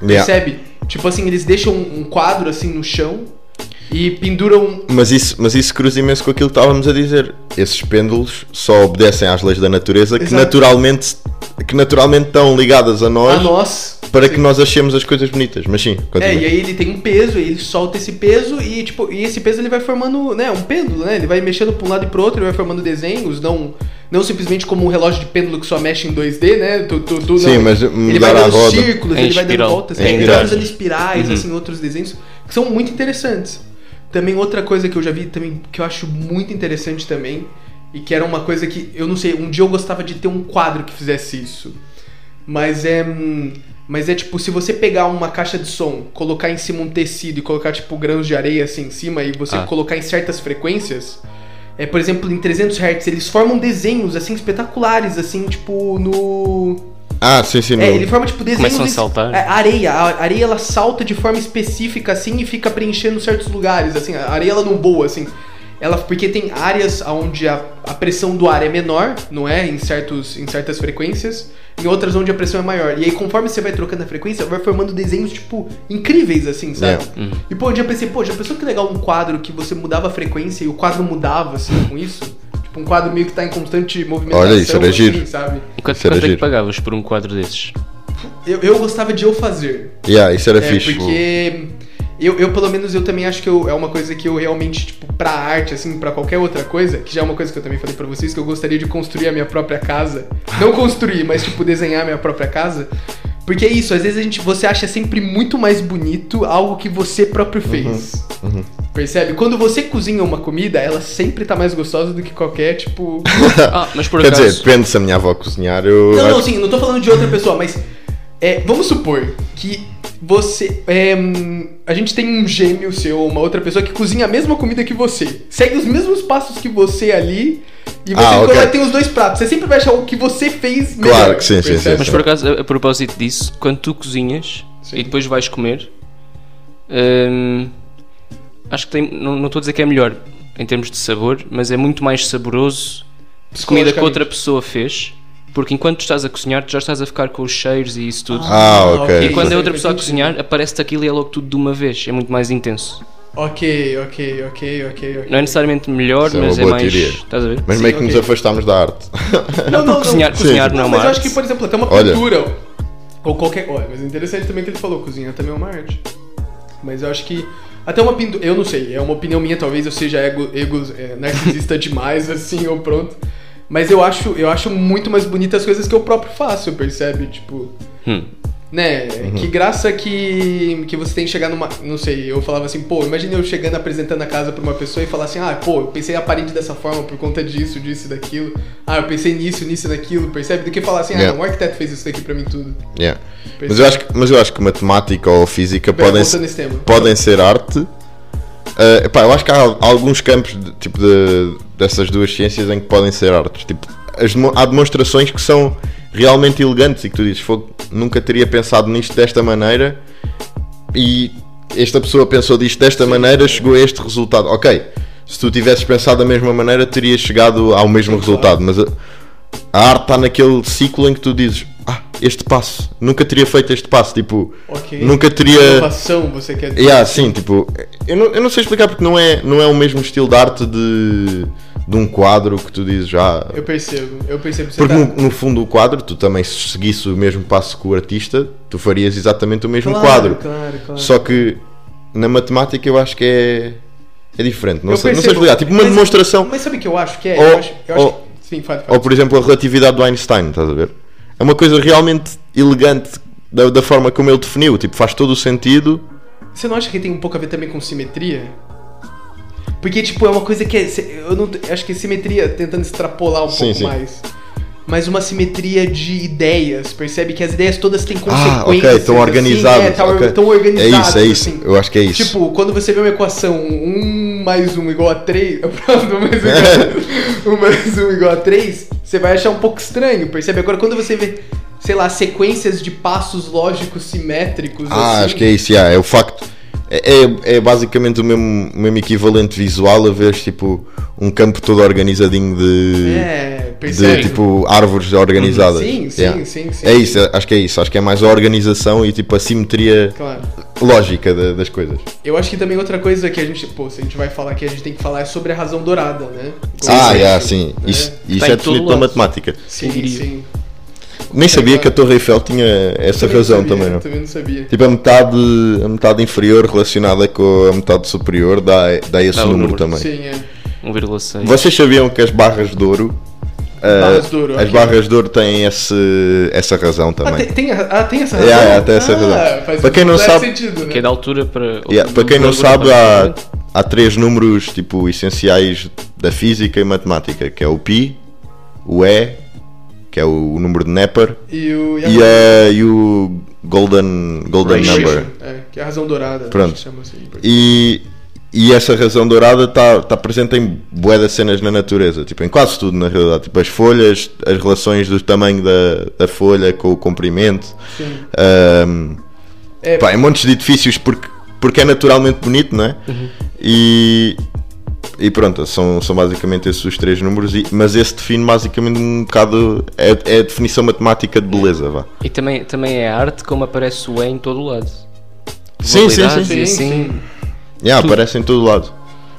S1: Yeah.
S3: Percebe? Tipo assim, eles deixam um quadro assim no chão e penduram.
S1: Mas isso, mas isso cruza imenso com aquilo que estávamos a dizer. Esses pêndulos só obedecem às leis da natureza que
S3: Exato.
S1: naturalmente, que naturalmente estão ligadas a nós.
S3: A nós.
S1: para
S3: Sim.
S1: que nós achemos as coisas bonitas. Mas sim, continua.
S3: É, e aí ele tem um peso, e ele solta esse peso e tipo, e esse peso ele vai formando, né, um pêndulo, né? Ele vai mexendo para um lado e pro outro, ele vai formando desenhos, não não simplesmente como um relógio de pêndulo que só mexe em 2D, né? Tu, tu, tu,
S1: Sim,
S3: não.
S1: mas
S3: ele
S1: mudar
S3: vai
S1: a
S3: dando
S1: roda.
S3: círculos,
S2: É
S3: ele vai dando
S2: espiral.
S1: É
S3: voltas,
S1: Uhum.
S3: ele vai
S1: espiral.
S3: fazendo espirais, assim, outros desenhos que são muito interessantes. Também outra coisa que eu já vi também que eu acho muito interessante também e que era uma coisa que eu não sei, um dia eu gostava de ter um quadro que fizesse isso. Mas é hum, mas é tipo se você pegar uma caixa de som, colocar em cima um tecido e colocar tipo grãos de areia assim em cima e você
S2: Ah.
S3: colocar em certas frequências, é, por exemplo, em 300 Hz, eles formam desenhos assim espetaculares, assim, tipo no
S1: Ah, sim, sim.
S3: é,
S1: não.
S3: ele forma tipo desenhos.
S2: Começam a
S3: es-
S2: saltar.
S3: é, areia. A areia ela salta de forma específica assim e fica preenchendo certos lugares. Assim, a areia ela não boa assim. Ela, porque tem áreas onde a, a pressão do ar é menor, não é? Em, certos, em certas frequências, em outras onde a pressão é maior. E aí, conforme você vai trocando a frequência, vai formando desenhos, tipo, incríveis, assim, sabe?
S1: É.
S3: E pô, um dia eu pensei, pô, já pensou que legal um quadro que você mudava a frequência e o quadro mudava, assim, com isso? Tipo, um quadro meio que tá em constante movimentação.
S1: Olha, isso era
S3: assim,
S1: giro.
S3: sabe?
S2: Quanto,
S1: Isso era
S2: quanto é que
S1: giro.
S2: pagavas por um quadro desses?
S3: Eu, eu gostava de eu fazer.
S1: Yeah, isso era
S3: É,
S1: fixe.
S3: porque eu, eu, pelo menos, eu também acho que eu- é uma coisa que eu realmente, tipo, pra arte, assim, pra qualquer outra coisa, que já é uma coisa que eu também falei pra vocês, que eu gostaria de construir a minha própria casa. Não construir, mas, tipo, desenhar a minha própria casa. Porque é isso, às vezes a gente, você acha sempre muito mais bonito algo que você próprio fez.
S1: uhum.
S3: Percebe? Quando você cozinha uma comida, ela sempre tá mais gostosa do que qualquer, tipo.
S2: Ah, mas por
S1: Tá. Quer
S2: acaso.
S1: dizer, depende se a minha avó cozinhar. Eu... Uhum.
S3: Não, não, sim, não tô falando de outra pessoa, mas. é, vamos supor que você. é, hum, a gente tem um gêmeo seu, ou uma outra pessoa que cozinha a mesma comida que você. Segue os mesmos passos que você ali. E você
S1: Ah, ok.
S3: coloca- tem os dois pratos. Você sempre vai achar o que você fez melhor.
S1: Claro que sim, sim,
S3: percebe?
S1: sim,
S2: é, Mas por acaso, a, a propósito disso, quando tu cozinhas
S3: Sim.
S2: e depois vais comer, hum, acho que tem. Não não estou a dizer que é melhor em termos de sabor, mas é muito mais saboroso comida que
S3: Psicologicamente.
S2: outra pessoa fez, porque enquanto tu estás a cozinhar, tu já estás a ficar com os cheiros e isso tudo.
S1: Ah, ok.
S2: E quando é outra pessoa a
S3: Entendi.
S2: cozinhar, aparece-te aquilo e é logo tudo de uma vez. É muito mais intenso.
S3: Ok, ok, ok, ok, ok.
S2: Não é necessariamente melhor,
S1: Isso é uma
S2: mas é
S1: boa
S2: mais.
S1: teoria.
S2: Estás a ver?
S1: Mas
S3: Sim,
S1: meio que
S3: ok.
S1: nos afastámos da arte.
S3: Não, não, não.
S2: Cozinhar,
S1: Sim.
S2: cozinhar não é
S3: Não,
S2: uma
S3: mas eu acho
S2: arte.
S3: que, por exemplo, até uma
S1: Olha.
S3: pintura. Ou qualquer. Olha, mas é interessante também que ele falou, cozinhar também é uma arte. Mas eu acho que. Até uma pintura. Eu não sei, é uma opinião minha, talvez eu seja ego, ego é, narcisista demais, assim, ou pronto. Mas eu acho, eu acho muito mais bonitas as coisas que eu próprio faço, percebe? Tipo.
S2: Hum.
S3: Né?
S1: Uhum.
S3: Que graça que, que você tem que chegar numa. Não sei, eu falava assim, pô, imagina eu chegando apresentando a casa pra uma pessoa e falar assim, ah, pô, eu pensei a parede dessa forma por conta disso, disso e daquilo. Ah, eu pensei nisso, nisso e daquilo, percebe? Do que falar assim, ah,
S1: Yeah.
S3: um arquiteto fez isso daqui pra mim tudo.
S1: Yeah.
S3: Percebe?
S1: Mas, eu acho que, mas eu acho que matemática ou física
S3: Bem,
S1: podem,
S3: voltando nesse tema.
S1: podem ser arte. Ah, epá, eu acho que há al- alguns campos de- tipo de- dessas duas ciências em que podem ser artes. Tipo, as demo- há demonstrações que são realmente elegantes e que tu dizes, "Fogo, nunca teria pensado nisto desta maneira e esta pessoa pensou disto desta maneira, chegou a este resultado. Ok, se tu tivesses pensado da mesma maneira, terias chegado ao mesmo resultado, mas eh, a, a arte está naquele ciclo em que tu dizes, ah, este passo, nunca teria feito este passo, tipo,
S3: Ok.
S1: nunca teria.
S3: Inovação, você quer dizer.
S1: Yeah, sim, tipo, eu não, eu não sei explicar porque não é, não é o mesmo estilo de arte de, de um quadro que tu dizes já.
S3: Eu percebo, eu percebo. Você
S1: porque
S3: tá-
S1: no, no fundo do quadro, tu também se seguisse o mesmo passo que o artista, tu farias exatamente o mesmo
S3: Claro,
S1: quadro.
S3: Claro, claro.
S1: Só que na matemática eu acho que é, é diferente. Não
S3: Eu
S1: sei, não sei
S3: percebo.
S1: explicar. Tipo uma
S3: Mas-
S1: demonstração.
S3: Mas sabe o que eu acho que é?
S1: Ou-
S3: eu acho, eu acho
S1: ou-
S3: que... Sim, fala, fala.
S1: Ou por exemplo a relatividade do Einstein, estás a ver? É uma coisa realmente elegante da, da forma como ele definiu. Tipo, faz todo o sentido.
S3: Você não acha que tem um pouco a ver também com simetria? Porque, tipo, é uma coisa que é. cê- Eu não, acho que é simetria, tentando extrapolar um
S1: Sim,
S3: pouco
S1: sim.
S3: mais. Mas uma simetria de ideias, percebe? Que as ideias todas têm consequências.
S1: Ah, ok, estão
S3: assim,
S1: organizadas.
S3: é, tá or-
S1: ok.
S3: tão organizadas.
S1: É isso, é isso.
S3: assim.
S1: Eu acho que é isso.
S3: Tipo, quando você vê uma equação 1 mais 1 igual a 3, um mais
S1: É.
S3: 1 mais 1 igual a 3, você vai achar um pouco estranho, percebe? Agora, quando você vê, sei lá, sequências de passos lógicos simétricos,
S1: ah,
S3: assim,
S1: acho que é isso, yeah, é o facto. É, é- é basicamente o mesmo, o mesmo equivalente visual a ver tipo um campo todo organizadinho de,
S3: É,
S1: de
S3: percebe?
S1: tipo árvores organizadas.
S3: Sim, sim,
S1: Yeah.
S3: sim, sim.
S1: É isso, acho que é isso. Acho que é mais a organização e tipo a simetria
S3: Claro.
S1: lógica da- das coisas.
S3: Eu acho que também outra coisa que a gente, pô, se a gente vai falar aqui, a gente tem que falar é sobre a razão dourada, né? Como
S1: ah,
S3: sempre,
S1: yeah, sim.
S3: né?
S1: Isso, isso
S2: Tá em
S1: é
S2: todo
S1: definido pela
S2: lado.
S1: matemática.
S3: Sim,
S2: Quem diria?
S3: sim.
S1: Nem sabia
S3: claro.
S1: que a Torre Eiffel tinha essa
S3: Também
S1: razão
S3: sabia,
S1: também, não?
S3: Também não sabia.
S1: Tipo, a metade, a metade inferior relacionada com a metade superior dá, dá esse
S2: Dá o
S1: número,
S2: número.
S1: também.
S3: Sim, é.
S2: 1,6.
S1: Vocês sabiam que as barras de ouro. ah,
S3: Barras de ouro,
S1: as
S3: ok.
S1: barras de ouro têm esse, essa razão
S3: Ah,
S1: também.
S3: tem, tem a- ah, tem essa razão?
S1: Yeah, yeah, É, tem essa razão.
S3: Ah, faz
S1: Pra quem não
S3: completo
S1: sabe-
S3: sentido, né?
S2: Que é da altura para.
S1: Yeah, para
S3: um
S1: quem não sabe, há, há três números tipo, essenciais da física e matemática, que é o pi, o E, que é o número de Neper,
S3: E, o, né?
S1: e, a- e o Golden, golden
S2: Ratio.
S1: Number.
S3: É, que é a razão dourada.
S1: Pronto.
S3: acho que chama assim.
S1: E, e essa razão dourada está tá presente em bué das cenas na natureza, tipo, em quase tudo na realidade. Tipo, as folhas, as relações do tamanho da, da folha com o comprimento.
S3: Sim.
S1: ahm,
S3: É,
S1: pá, em montes de edifícios porque, porque é naturalmente bonito, não é? E, e pronto, são, são basicamente esses os três números, e- mas esse define basicamente um bocado. É, é a definição matemática de beleza, vá.
S2: E também, também é arte como aparece o E em todo o lado.
S1: Sim, sim,
S2: Validades
S1: sim.
S2: e
S3: Sim,
S2: assim,
S1: Yeah, aparece em todo lado.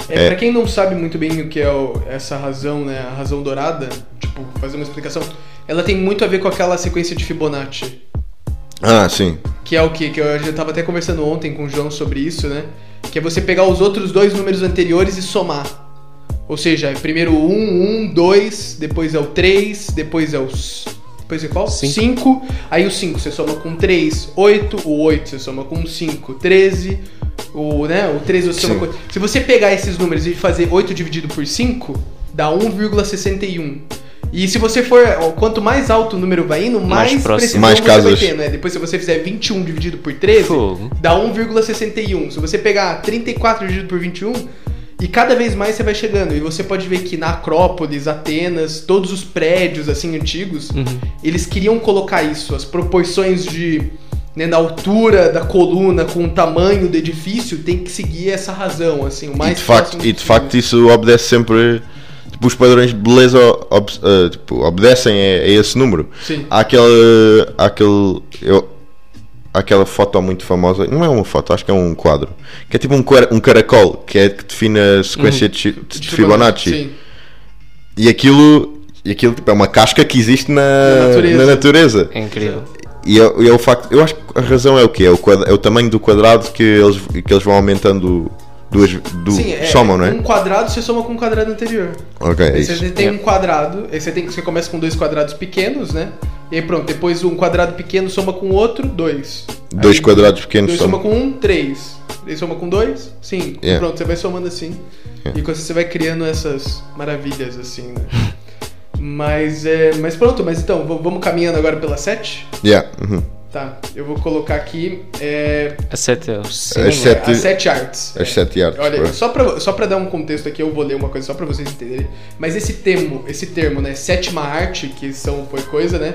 S3: É,
S1: É.
S3: Pra quem não sabe muito bem o que é o- essa razão, né? A razão dourada, tipo, fazer uma explicação, ela tem muito a ver com aquela sequência de Fibonacci.
S1: Ah, sim.
S3: Que é o que? Que eu já tava até conversando ontem com o João sobre isso, né? Que é você pegar os outros dois números anteriores e somar. Ou seja, é primeiro o 1, 1, 2, depois é o 3, depois é o. s- Depois é qual?
S2: Cinco.
S3: 5. Aí o 5 você soma com 3, 8, o 8 você soma com 5, 13, o, né, o 13 você soma
S1: Sim.
S3: com. Se você pegar esses números e fazer 8 dividido por 5, dá 1,61. E se você for. Quanto mais alto o número vai indo, mais,
S2: Mais próximo.
S3: precisão
S1: Mais
S3: você vai
S1: casas.
S3: ter, né? Depois, se você fizer 21 dividido por
S2: é
S3: 13,
S2: Fogo.
S3: dá 1,61. Se você pegar 34 dividido por 21, e cada vez mais você vai chegando. E você pode ver que na Acrópolis, Atenas, todos os prédios assim antigos,
S1: Uhum.
S3: eles queriam colocar isso, as proporções de. Né, da altura da coluna com o tamanho do edifício tem que seguir essa razão, assim, o
S1: E
S3: mais
S1: de,
S3: próximo
S1: facto, e de
S3: possível.
S1: facto isso obedece sempre. Tipo, os padrões de beleza ob- ah, tipo, obedecem a, a esse número.
S3: Sim.
S1: Há aquele. há aquele eu, há aquela foto muito famosa. Não é uma foto, acho que é um quadro. Que é tipo um, quara- um caracol, que é que define a sequência de, chi- de Fibonacci.
S3: Uhum. Sim.
S1: E aquilo. E aquilo tipo, é uma casca que existe na,
S3: Na natureza.
S1: na natureza.
S2: é incrível.
S1: E é, e é o facto. Eu acho que a razão é o quê? É o, quadra- é o tamanho do quadrado que eles, que eles vão aumentando duas. Do,
S3: Sim, é,
S1: somam, não é?
S3: Um quadrado você soma com um quadrado anterior.
S1: Ok, é
S3: Aí
S1: isso.
S3: você tem
S2: É.
S3: um quadrado, aí você, tem, você começa com dois quadrados pequenos, né? E aí pronto, depois um quadrado pequeno soma com outro, dois.
S1: Dois
S3: Aí
S1: quadrados pequenos
S3: dois
S1: soma- É.
S3: soma com um, três. Três soma com dois, cinco.
S1: Yeah.
S3: Pronto, você vai somando assim.
S1: Yeah.
S3: E quando você vai criando essas maravilhas, assim, né? mas, é, mas pronto, mas então, v- vamos caminhando agora pela sete?
S1: Yeah. uhum.
S3: Tá, eu vou colocar aqui é,
S2: A 7 é o
S1: As
S2: cinema.
S1: sete-
S3: as sete artes.
S1: As sete artes.
S3: É. Olha,
S1: pronto.
S3: só pra, só pra dar um contexto aqui, eu vou ler uma coisa só pra vocês entenderem. Mas esse termo, esse termo, né? Sétima arte, que são, foi coisa, né?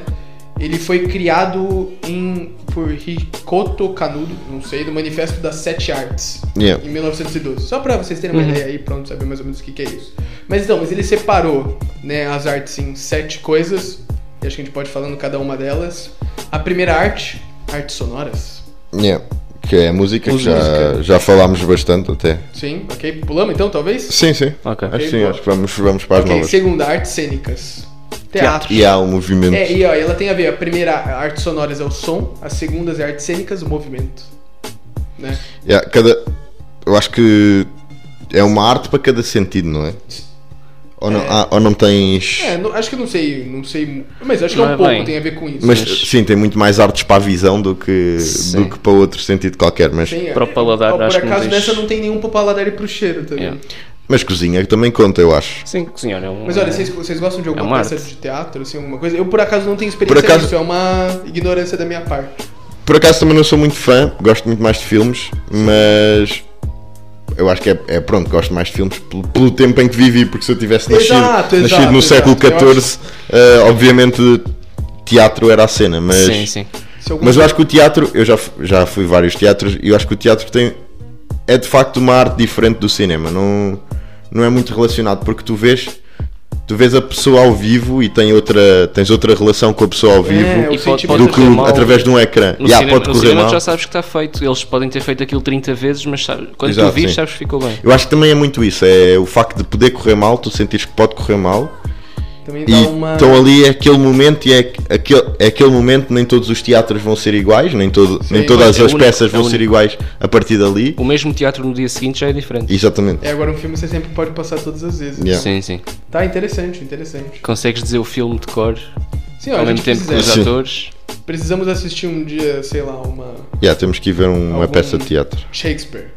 S3: Ele foi criado em, por Ricoto Canudo, não sei, do Manifesto das Sete Artes,
S1: Yeah.
S3: em 1912. Só pra vocês terem uma
S2: Uhum.
S3: ideia aí, pra onde saber mais ou menos o que, que é isso. Mas então, mas ele separou né, as artes em sete coisas, e acho que a gente pode ir falando cada uma delas. A primeira arte, artes sonoras.
S1: Yeah. Que é a música que já,
S3: Música.
S1: já falámos bastante até.
S3: Sim, ok? Pulamos então, talvez?
S1: Sim, sim.
S2: Ok.
S1: Acho que sim,
S3: boa.
S1: acho que vamos, vamos para as
S3: Ok,
S1: novas.
S3: segunda, artes cênicas. Teatro.
S1: E há um movimento.
S3: É, e ó, ela tem a ver, a primeira a artes sonoras é o som, as segundas é artes cênicas, o movimento. Né?
S1: Yeah, cada, eu acho que é uma arte para cada sentido, não é? Ou não,
S3: É.
S1: ah, ou não tens.
S3: É, não- acho que eu não sei, não sei, mas acho que é um
S2: Mas
S3: pouco
S2: bem.
S3: tem a ver com isso.
S1: mas
S2: mas-
S1: sim, tem muito mais artes para a visão do que,
S2: Sim.
S1: do que para outro sentido qualquer. Mas,
S3: Tem,
S2: Pro paladar,
S3: ó, por
S2: acho que não É.
S3: acaso
S2: tens-
S3: nessa não tem nenhum pro paladar e pro cheiro também.
S2: Yeah.
S1: mas cozinha também conta, eu acho.
S2: Sim, cozinhar é um.
S3: Mas olha, vocês, vocês gostam de
S2: É uma
S3: alguma peça
S2: arte.
S3: de teatro, assim, alguma coisa? Eu por acaso não tenho experiência
S1: Por acaso-
S3: nisso, é uma ignorância da minha parte.
S1: Por acaso também não sou muito fã, gosto muito mais de filmes, mas. Eu acho que é, é pronto, gosto mais de filmes pelo, pelo tempo em que vivi, porque se eu tivesse nascido,
S3: Exato,
S1: nascido
S3: exato,
S1: no
S3: exato.
S1: século
S3: Eu
S1: XIV, eh, obviamente teatro era a cena, mas.
S2: Sim, sim.
S3: Se algum-
S1: Mas eu acho que o teatro, eu já, fu- já fui a vários teatros e eu acho que o teatro tem é de facto uma arte diferente do cinema, não, não é muito relacionado porque tu vês tu vês a pessoa ao vivo e tem outra, tens outra relação com a pessoa ao vivo
S3: É, o
S2: E pode-
S3: sentimento
S1: do
S2: pode
S1: que
S2: correr mal.
S1: através de um ecrã.
S2: No
S1: Yeah,
S2: cinema,
S1: pode
S2: no
S1: correr
S2: cinema
S1: mal.
S2: tu já sabes que está feito. Eles podem ter feito aquilo 30 vezes, mas sabe- quando
S1: Exato,
S2: tu vires,
S1: sim.
S2: sabes que ficou bem.
S1: Eu acho que também é muito isso, é o facto de poder correr mal, tu sentires que pode correr mal
S3: também
S1: e
S3: dá uma...
S1: estão ali é aquele momento e é aquele, é aquele momento, nem todos os teatros vão ser iguais, nem, todo, nem
S3: Sim,
S1: todas
S2: é
S1: as
S2: único,
S1: peças
S2: é
S1: vão ser
S2: único.
S1: iguais a partir dali.
S2: O mesmo teatro no dia seguinte já é diferente.
S1: Exatamente.
S3: É, agora um filme você sempre pode passar todas as vezes.
S1: Yeah.
S2: Sim, sim.
S3: Tá, interessante, interessante.
S2: Consegues dizer o filme de cor
S3: Sim, ó,
S2: ao
S3: a
S2: mesmo
S3: gente
S2: tempo que
S3: precisa,
S2: os
S1: Sim.
S2: atores.
S3: precisamos assistir um dia, sei lá, uma
S1: Yeah, temos que ir ver uma
S3: Algum-
S1: peça de teatro.
S3: Shakespeare.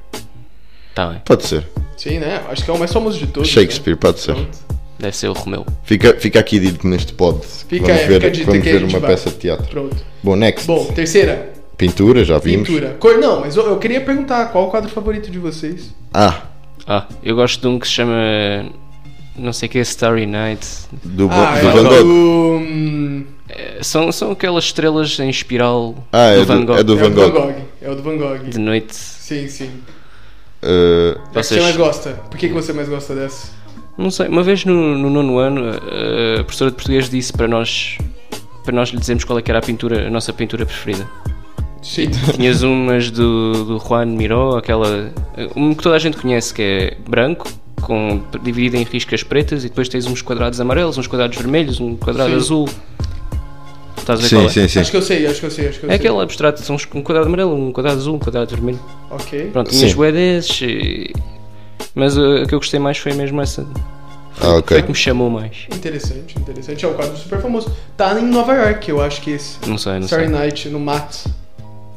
S2: Tá bem.
S1: Pode ser.
S3: Sim, né? Acho que é o mais famoso de todos.
S1: Shakespeare, pode
S3: Né?
S1: ser.
S3: Pronto.
S2: Deve ser o Romeu.
S1: Fica, fica aqui dito neste pod.
S3: Fica
S1: vamos
S3: aí,
S1: ver,
S3: fica dito
S1: vamos
S3: que a
S1: ver
S3: gente
S1: uma
S3: vai.
S1: peça de teatro.
S3: Pronto.
S1: Bom, next.
S3: Bom, terceira,
S1: Pintura, já vimos.
S3: pintura. Cor não, mas eu, eu queria perguntar qual o quadro favorito de vocês?
S1: Ah,
S2: Ah, eu gosto de um que se chama. Não sei o que é Starry Night.
S1: do,
S3: ah,
S1: Van- do
S3: é
S1: Van
S3: o
S1: Gogh.
S3: do, hum,
S2: É, São, são aquelas estrelas em espiral
S1: Ah, é
S2: do Van
S1: do,
S2: Gogh.
S1: é do
S3: é o
S1: Van
S3: do Van
S1: Gogh.
S3: Gogh. É o do Van Gogh.
S2: De noite.
S3: Sim, sim.
S1: Uh,
S3: É o que você
S2: Vocês-
S3: mais gosta? Por que, que você mais gosta dessa?
S2: Não sei, uma vez no, no nono ano, eh, a- a professora de português disse para nós para nós lhe dizermos qual é que era a pintura, a nossa pintura preferida.
S3: Sim.
S2: Tinhas umas do, do Juan Miró, aquela. um que toda a gente conhece, que é branco, com, dividido em riscas pretas, e depois tens uns quadrados amarelos, uns quadrados vermelhos, um quadrado
S3: Sim.
S2: azul. Estás a ver qual
S1: sim,
S2: é?
S1: sim, sim.
S3: Acho que eu sei, acho que eu sei, acho que eu
S2: É
S3: sei.
S2: aquele abstrato, são uns- um quadrado amarelo, um quadrado azul, um quadrado vermelho.
S3: Ok.
S2: Pronto, tinhas
S1: Sim.
S2: bué desses, e- Mas uh, a que eu gostei mais foi mesmo essa.
S3: um
S1: Ah,
S2: Foi a
S1: ok.
S2: que me chamou mais.
S3: Interessante, interessante. É um quadro super famoso. Tá em Nova York, eu acho que esse.
S2: Não sei, não
S3: Starry
S2: sei.
S3: Night, no Matt.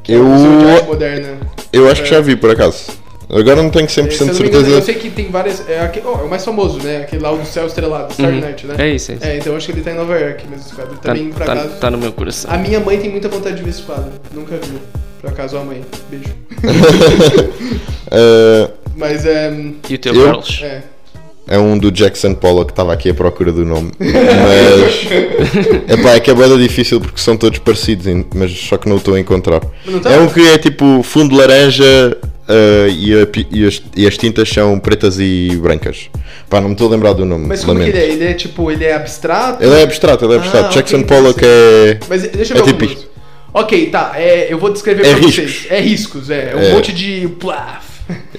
S3: que é
S1: Eu,
S3: um museu de arte moderna.
S1: eu acho que já vi, por acaso. Agora não tenho 100%
S3: É, se eu
S1: de
S3: não me engano, eu
S1: certeza.
S3: sei que tem várias. É, aquele, oh, é o mais famoso, né? Aquele lá o do céu estrelado, Starry
S2: Uhum.
S3: Night, né?
S2: É isso, é isso.
S3: É, então eu acho que ele tá em Nova York, mas esse quadro
S2: Tá,
S3: também, por
S2: tá-
S3: acaso. Ah.
S2: tá no meu coração.
S3: A minha mãe tem muita vontade de ver esse quadro. Nunca viu. Por acaso, a mãe. Beijo.
S1: Uh,
S3: Mas é.
S2: E o teu
S1: Eu?
S2: Carlos?
S3: É.
S1: é um do Jackson Pollock que estava aqui à procura do nome. Mas. Epá, é que é bem difícil porque são todos parecidos, mas só que não o estou a encontrar.
S3: Mas não tá?
S1: É um que é tipo fundo laranja ah, e, a pi- e as, e as tintas são pretas e brancas. Pá, não me estou a lembrar do nome.
S3: Mas como que
S1: lamento.
S3: ele é? Ele é tipo, ele é abstrato?
S1: Ele é abstrato, ele é abstrato.
S3: Ah,
S1: Jackson
S3: ok,
S1: Pollock é.
S3: Mas deixa eu
S1: É
S3: ver
S1: tipo
S3: alguns. Ok, tá. é, eu vou descrever
S1: É
S3: pra
S1: riscos.
S3: vocês. É riscos, é. É um
S1: É.
S3: monte de. Plaf.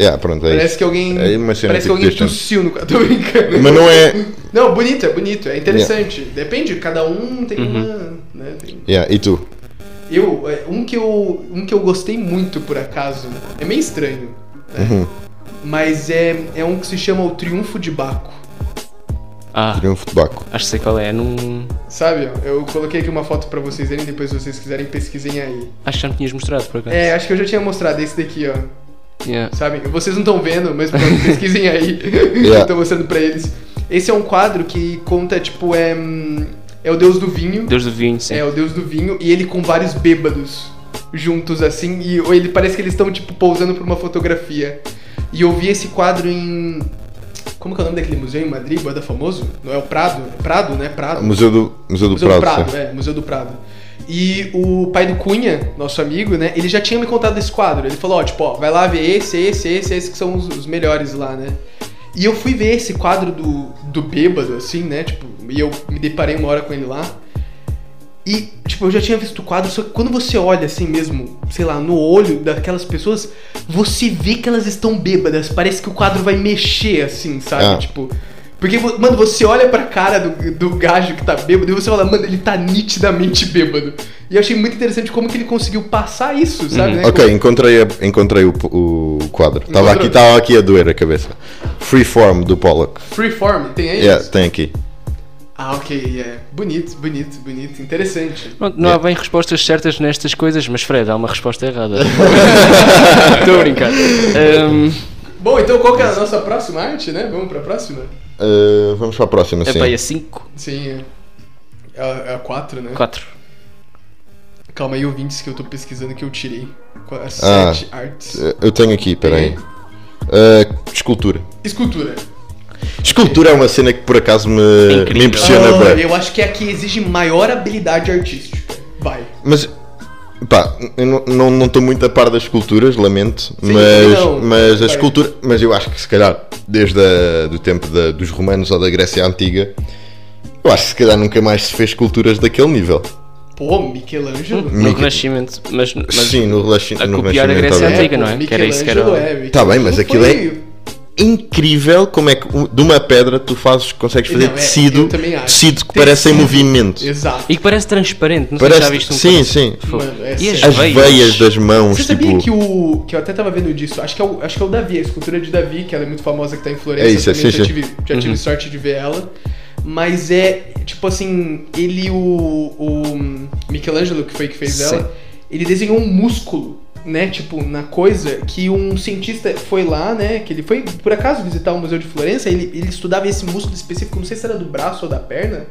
S1: Yeah, pronto, é
S3: Parece
S1: isso.
S3: que alguém.
S1: É uma cena
S3: parece que
S1: tipo
S3: alguém
S1: distante.
S3: tossiu no quadro. Tô brincando.
S1: Mas não é.
S3: Não, bonito, é bonito, é interessante. Depende, cada um tem uma. Né, tem-
S1: Yeah, e tu?
S3: Eu, é, um que eu, um que eu gostei muito por acaso, é meio estranho, né?
S1: Uhum.
S3: mas é, é um que se chama O Triunfo de Baco.
S2: Ah,
S1: Triunfo de Baco.
S2: acho que sei qual é. Num...
S3: Sabe, ó, eu coloquei aqui uma foto pra vocês verem, depois se vocês quiserem pesquisem aí.
S2: Acho que já me tinhas mostrado por acaso.
S3: É, acho que eu já tinha mostrado esse daqui, ó.
S2: Yeah.
S3: Sabe, vocês não estão vendo, mas pronto, pesquisem aí.
S1: Yeah.
S3: Eu tô mostrando pra eles. Esse é um quadro que conta, tipo, é, hum, é o deus do vinho.
S2: Deus do vinho, sim.
S3: É, o deus do vinho, e ele com vários bêbados juntos, assim, e ou ele parece que eles estão, tipo, pousando pra uma fotografia. E eu vi esse quadro em. Como que é o nome daquele museu em Madrid, Guarda Famoso? Não é o Prado? É Prado, né? Prado.
S1: Museu do, Museu do
S3: Museu
S1: Prado.
S3: do Prado,
S1: sim.
S3: é, Museu do Prado. E o pai do Cunha, nosso amigo, né? Ele já tinha me contado desse quadro. Ele falou, ó, tipo, ó, vai lá ver esse, esse, esse, esse que são os, os melhores lá, né? E eu fui ver esse quadro do, do bêbado, assim, né? Tipo, e eu me deparei uma hora com ele lá. E, tipo, eu já tinha visto o quadro, só que quando você olha assim mesmo, sei lá, no olho daquelas pessoas, você vê que elas estão bêbadas. Parece que o quadro vai mexer, assim, sabe?
S1: Ah.
S3: Tipo. Porque, vo- mano, você olha pra cara do, do gajo que tá bêbado e você fala, mano, ele tá nitidamente bêbado. E eu achei muito interessante como que ele conseguiu passar isso, sabe? né?
S1: Uhum, Ok, encontrei, a- encontrei o, o quadro. Estava aqui,
S3: Encontrou?
S1: tava aqui a doer a cabeça. Freeform do Pollock.
S3: Freeform, tem aí?
S1: Yeah, tem aqui.
S3: Ah, ok, yeah. Bonito, bonito, bonito, interessante.
S2: Pronto,
S1: É.
S2: não há bem respostas certas nestas coisas, mas Fred, há uma resposta errada. Estou a brincar. Hum, Ahm,
S3: Bom, então qual que é a nossa próxima arte, né? Vamos pra próxima?
S1: Uh, vamos para a próxima,
S2: é
S1: sim.
S2: pá, é 5,
S3: Sim, é. É a- É a 4, né?
S2: 4.
S3: Calma aí, ouvintes, que eu tô pesquisando que eu tirei. Qu- As
S1: Ah.
S3: sete artes.
S1: Uh, Eu tenho aqui, peraí.
S3: Tem
S1: Uh, escultura.
S3: Escultura.
S1: Escultura é uma cena que por acaso me,
S2: incrível.
S1: me impressiona.
S3: Ah,
S1: bué.
S3: eu acho que é a que exige maior habilidade artística. Vai.
S1: Mas, pá, eu não- não não estou muito a par das esculturas, lamento,
S3: Sim,
S1: mas,
S3: não,
S1: mas a
S3: bem.
S1: escultura, mas eu acho que se calhar, desde a, do tempo da- dos romanos ou da Grécia Antiga, eu acho que se calhar nunca mais se fez esculturas daquele nível.
S3: Pô, Michelangelo.
S1: Hum.
S2: No
S1: Mica-
S2: Renascimento, mas, mas
S1: Sim, no, relaxi-
S2: a
S1: no tá
S2: copiar a
S1: Renascimento,
S2: Grécia
S1: talvez.
S2: Antiga,
S3: pô,
S2: não é? Que era isso que era-
S3: Michelangelo é,
S1: Tá bem, mas
S3: Michelangelo
S1: aquilo
S3: foi-
S1: É Incrível como é que um- de uma pedra tu fazes, consegues fazer
S3: Não, é, eu
S1: tecido,
S3: também acho.
S1: tecido que
S3: Tem
S1: parece em
S3: tecido.
S1: movimento.
S3: Exato.
S2: E que parece transparente, não sei se já
S1: Parece,
S2: viste um
S1: sim, sim.
S2: quadro.
S3: Mano, é
S2: e as,
S3: sério.
S1: As veias das mãos,
S3: Você sabia
S1: tipo,
S3: que o. que eu até tava vendo disso, acho que é o, acho que é o Davi, a escultura de Davi, que ela é muito famosa que tá em Florença,
S1: É isso,
S3: eu também
S1: sim,
S3: já
S1: sim. Uhum.
S3: tive, já tive sorte de ver ela. Mas é, tipo assim, ele e o, o Michelangelo, que foi que fez
S2: Sim.
S3: ela, ele desenhou um músculo, né, tipo, na coisa, que um cientista foi lá, né, que ele foi, por acaso, visitar o Museu de Florença, ele, ele estudava esse músculo específico, não sei se era do braço ou da perna,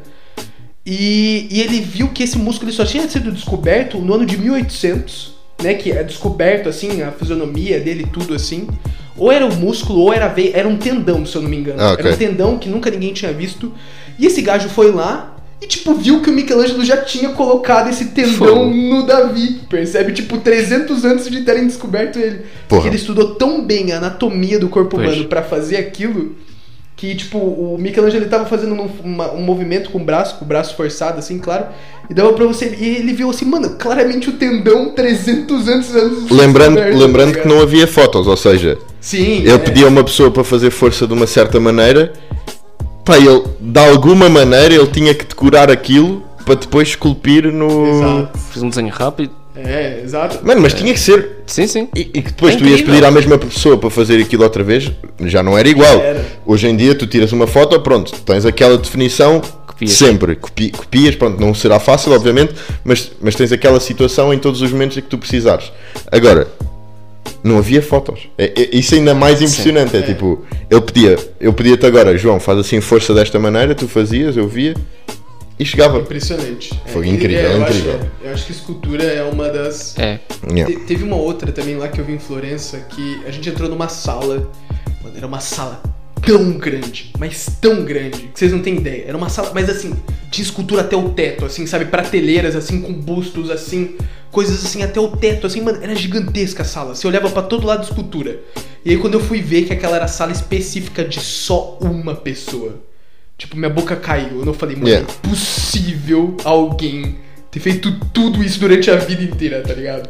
S3: e, e ele viu que esse músculo ele só tinha sido descoberto no ano de 1800, né? Que é descoberto, assim, a fisionomia dele, tudo assim. Ou era o músculo, ou era a veia, era um tendão, se eu não me engano.
S1: Ah, ok.
S3: Era um tendão que nunca ninguém tinha visto. E esse gajo foi lá e, tipo, viu que o Michelangelo já tinha colocado esse tendão
S2: Fogo.
S3: no Davi, percebe? Tipo, 300 anos de terem descoberto ele.
S1: Porra.
S3: Porque ele estudou tão bem a anatomia do corpo
S2: Pois.
S3: humano pra fazer aquilo que, tipo, o Michelangelo ele tava fazendo um, uma- um movimento com o braço, com o braço forçado, assim, claro. E dava pra você. E ele viu assim, mano, claramente o tendão 300 anos anos.
S1: lembrando,
S3: descoberto,
S1: lembrando
S3: tá
S1: que
S3: ligado?
S1: não havia fotos, ou seja,
S3: Sim. é.
S1: Ele pedia a uma pessoa para fazer força de uma certa maneira. Pá, ele, de alguma maneira, ele tinha que decorar aquilo para depois esculpir no.
S3: Exato.
S2: Fiz um desenho rápido.
S3: É, exato.
S1: Mano, mas tinha que ser.
S2: Sim, sim.
S1: E, e que depois
S2: É
S1: tu ias
S2: incrível.
S1: pedir à mesma pessoa para fazer aquilo outra vez, já não era igual.
S3: Já era.
S1: Hoje em dia, tu tiras uma foto, pronto, tens aquela definição
S2: Copias.
S1: sempre. Copi- copias, pronto, não será fácil, obviamente, mas, mas tens aquela situação em todos os momentos em que tu precisares. Agora, não havia fotos. É, é- isso é ainda mais impressionante. É, tipo, ele pedia, eu pedia-te agora, João, faz assim força desta maneira, tu fazias, eu via e chegava.
S3: Impressionante. É,
S1: Foi incrível,
S3: eu acho-
S1: incrível.
S3: eu acho que escultura é uma das.
S2: É.
S1: Yeah.
S3: Te- teve uma outra também lá que eu vi em Florença que a gente entrou numa sala. Mano, era uma sala tão grande, mas tão grande, que vocês não têm ideia. Era uma sala, mas assim, tinha escultura até o teto, assim, sabe? Prateleiras, assim, com bustos, assim, coisas assim até o teto, assim, mano, era gigantesca a sala. Você olhava pra todo lado escultura. E aí quando eu fui ver que aquela era a sala específica de só uma pessoa. Tipo, minha boca caiu. Eu não falei, mano,
S1: Yeah.
S3: é possível alguém ter feito tudo isso durante a vida inteira, tá ligado?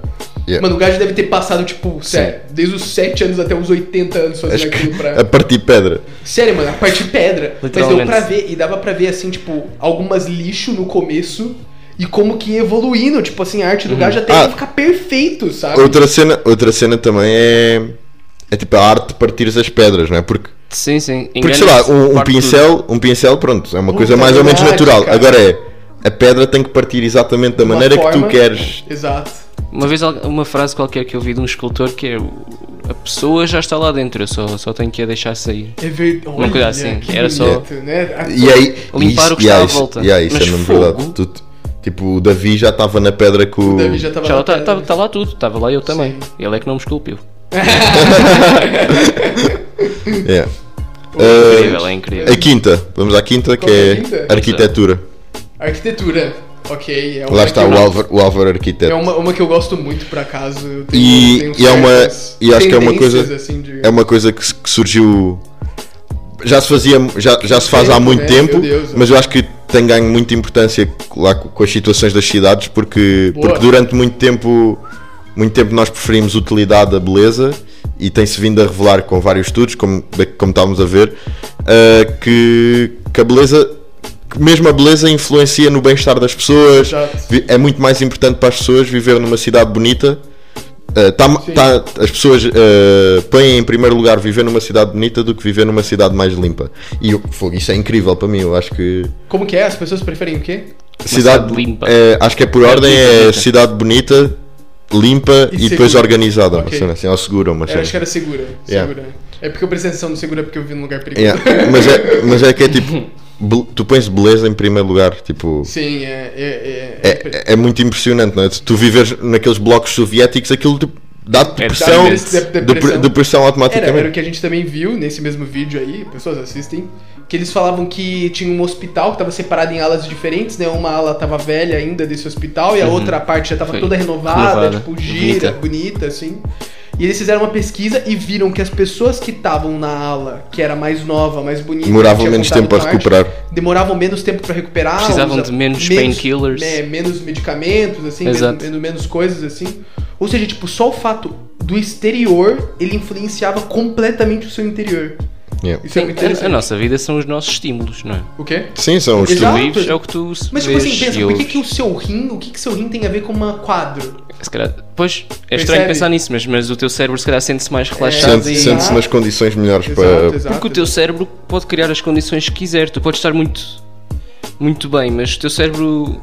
S1: Yeah.
S3: Mano, o gajo deve ter passado, tipo, sério, desde os 7 anos até os 80 anos fazendo
S1: Acho que é-
S3: aquilo pra.
S1: a partir pedra.
S3: Sério, mano, a parte de pedra. Mas deu
S2: Literalmente.
S3: pra ver, e dava pra ver, assim, tipo, algumas lixo no começo e como que ia evoluindo, tipo assim, a arte
S2: Uhum.
S3: do gajo até
S1: Ah.
S3: ele ficar perfeito, sabe? Tipo,
S1: Outra cena, outra cena também é. É tipo a arte de partires as pedras, não é? Porque
S2: Sim, sim.
S1: Porque
S2: Engana-se,
S1: sei lá, um, um
S2: parte
S1: pincel, um pincel, pronto, é uma
S3: Puta
S1: coisa mais ou menos
S3: verdade,
S1: natural.
S3: cara.
S1: Agora é, a pedra tem que partir exatamente da
S3: Uma
S1: maneira que
S3: forma.
S1: tu queres.
S3: Exato.
S2: Uma vez al- uma frase qualquer que eu ouvi de um escultor que é o- a pessoa já está lá dentro, eu só, só tenho que a deixar sair.
S3: É verdade.
S2: Uma coisa assim,
S3: que
S2: era só-
S3: bonito, Né? A-
S1: E aí,
S2: Limpar
S1: isso,
S2: o que está
S1: e
S2: à
S1: aí, isso-
S2: volta.
S1: E aí, isso
S2: Mas
S1: é mesmo
S2: fogo?
S1: verdade. Tu- tipo, o Davi já estava na pedra com.
S3: O Davi já tava
S2: Já
S3: na
S2: está
S3: pedra.
S2: tá, tá lá tudo, estava lá eu também. Ele é que não me esculpiu.
S1: É.
S2: Incrível, é incrível.
S1: A quinta, vamos à quinta, que
S3: Qual é a
S1: é
S3: quinta?
S2: tá.
S1: arquitetura.
S3: Arquitetura. Ok, é uma
S1: Lá está
S3: que
S1: o
S3: eu-
S1: Álvaro, o Álvaro Arquiteto.
S3: É uma, uma que eu gosto muito, por acaso. Eu tenho-
S1: E-
S3: tenho
S1: e é uma-
S3: certas
S1: e acho que é uma coisa-
S3: tendências, assim, de-
S1: É uma coisa que, s- que surgiu. Já se fazia. Já, já se faz há
S3: Tempo,
S1: muito
S3: né?
S1: tempo,
S3: Meu Deus.
S1: mas eu acho que tem ganho muita importância lá co- com as situações das cidades, porque,
S3: Boa.
S1: porque durante muito tempo. Muito tempo nós preferimos utilidade à beleza e tem-se vindo a revelar com vários estudos, como, como estávamos a ver, ah, que, que a beleza, que mesmo a beleza influencia no bem-estar das pessoas,
S3: Exato.
S1: Vi- é muito mais importante para as pessoas viver numa cidade bonita. Uh, tá-
S3: Sim.
S1: tá- as pessoas uh, põem em primeiro lugar viver numa cidade bonita do que viver numa cidade mais limpa. E eu, fogo, isso é incrível para mim. Eu acho que
S3: Como que é? As pessoas preferem o quê?
S2: cidade limpa.
S1: é, acho que é por ordem
S2: limpa,
S1: é
S2: bonita.
S1: cidade bonita, limpa
S3: E
S1: e, depois
S3: segura.
S1: organizada. Uma
S3: Ok.
S1: cena assim, ou segura, uma
S3: É,
S1: cena.
S3: acho que era segura.
S1: Yeah.
S3: segura. É porque eu prestei atenção no segura porque eu vi num lugar perigoso.
S1: Yeah. mas, é, mas é que é tipo, be- tu pões beleza em primeiro lugar. Tipo,
S3: Sim, é. É,
S1: é,
S3: é,
S1: é- é muito impressionante, não é? Tu viveres naqules blocos soviéticos, aquilo tipo, dá-te
S2: É,
S1: depressão,
S2: dá-me
S3: esse- de-
S1: depre-
S3: depressão.
S1: depressão
S3: Era,
S1: automaticamente.
S3: era o que a gente também viu nesse mesmo vídeo aí, pessoas assistem, que eles falavam que tinha um hospital que tava separado em alas diferentes, né? Uma ala tava velha ainda desse hospital e a outra parte já tava
S2: Foi
S3: toda renovada,
S2: renovada,
S3: tipo, gira, bonita.
S2: bonita.
S3: assim. E eles fizeram uma pesquisa e viram que as pessoas que estavam na ala, que era mais nova, mais bonita,
S1: Demoravam
S3: tinha
S1: menos
S3: contado
S1: tempo para
S3: parte,
S1: recuperar.
S3: Demoravam menos tempo para recuperar.
S2: Precisavam
S3: usa-
S2: de menos painkillers.
S3: né, menos medicamentos, assim,
S2: Exato.
S3: menos, menos, menos coisas, assim. Ou seja, tipo, só o fato do exterior, ele influenciava completamente o seu interior.
S1: Yeah.
S3: Isso é muito
S2: Sim, a, a
S3: interessante.
S2: nossa vida são os nossos estímulos, não é?
S3: O quê?
S1: Sim, são os
S2: Tu
S3: Exato.
S1: tu-
S2: vives é o que tu se
S3: Mas, tipo
S2: vês e
S3: assim, pensa, por que,
S2: ouves.
S3: que o seu rim, o que, que seu rim tem a ver com uma quadro?
S2: Se calhar- pois, é
S3: Percebe?
S2: estranho pensar nisso, mas, mas o teu cérebro se calhar sente-se
S3: É,
S2: mais relaxado
S1: sente-
S2: e...
S1: sente-se nas condições melhores para.
S2: Porque o teu cérebro pode criar as condições que quiser. Tu podes estar muito, muito bem, mas o teu cérebro,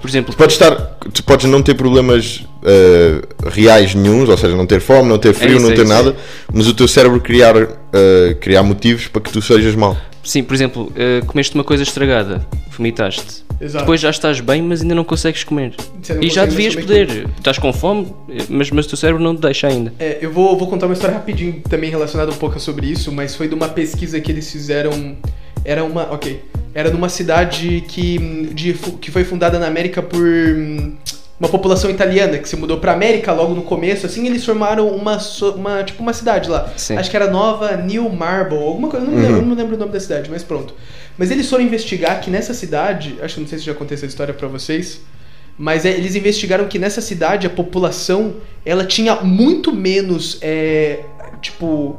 S2: por exemplo,
S1: Tu podes, estar, tu podes não ter problemas eh, reais nenhums, ou seja, não ter fome, não ter frio,
S2: isso,
S1: não
S2: é
S1: ter
S2: isso.
S1: nada, mas o teu cérebro criar, eh, criar motivos para que tu sejas mal.
S2: sim, por exemplo, eh, comeste uma coisa estragada, vomitaste.
S3: Exato.
S2: Depois já estás bem, mas ainda não consegues comer.
S3: Você não
S2: e já
S3: consegue
S2: devias
S3: mais comer
S2: poder. Estás com fome, eh, mas, mas o teu cérebro não te deixa ainda.
S3: É, eu vou, vou contar uma história rapidinho também relacionada um pouco sobre isso, mas foi de uma pesquisa que eles fizeram. Era uma. Ok. Era numa cidade que, hum, de fu- que foi fundada na América por hum, uma população italiana que se mudou pra América logo no começo. Assim, eles formaram uma, so- uma tipo uma cidade lá.
S2: Sim.
S3: Acho que era Nova New Marble, alguma coisa. eu Não, me lembro, eu não lembro o nome da cidade, mas pronto. Mas eles foram investigar que nessa cidade. Acho que não sei se já contei essa história pra vocês. Mas é, eles investigaram que nessa cidade a população ela tinha muito menos é, tipo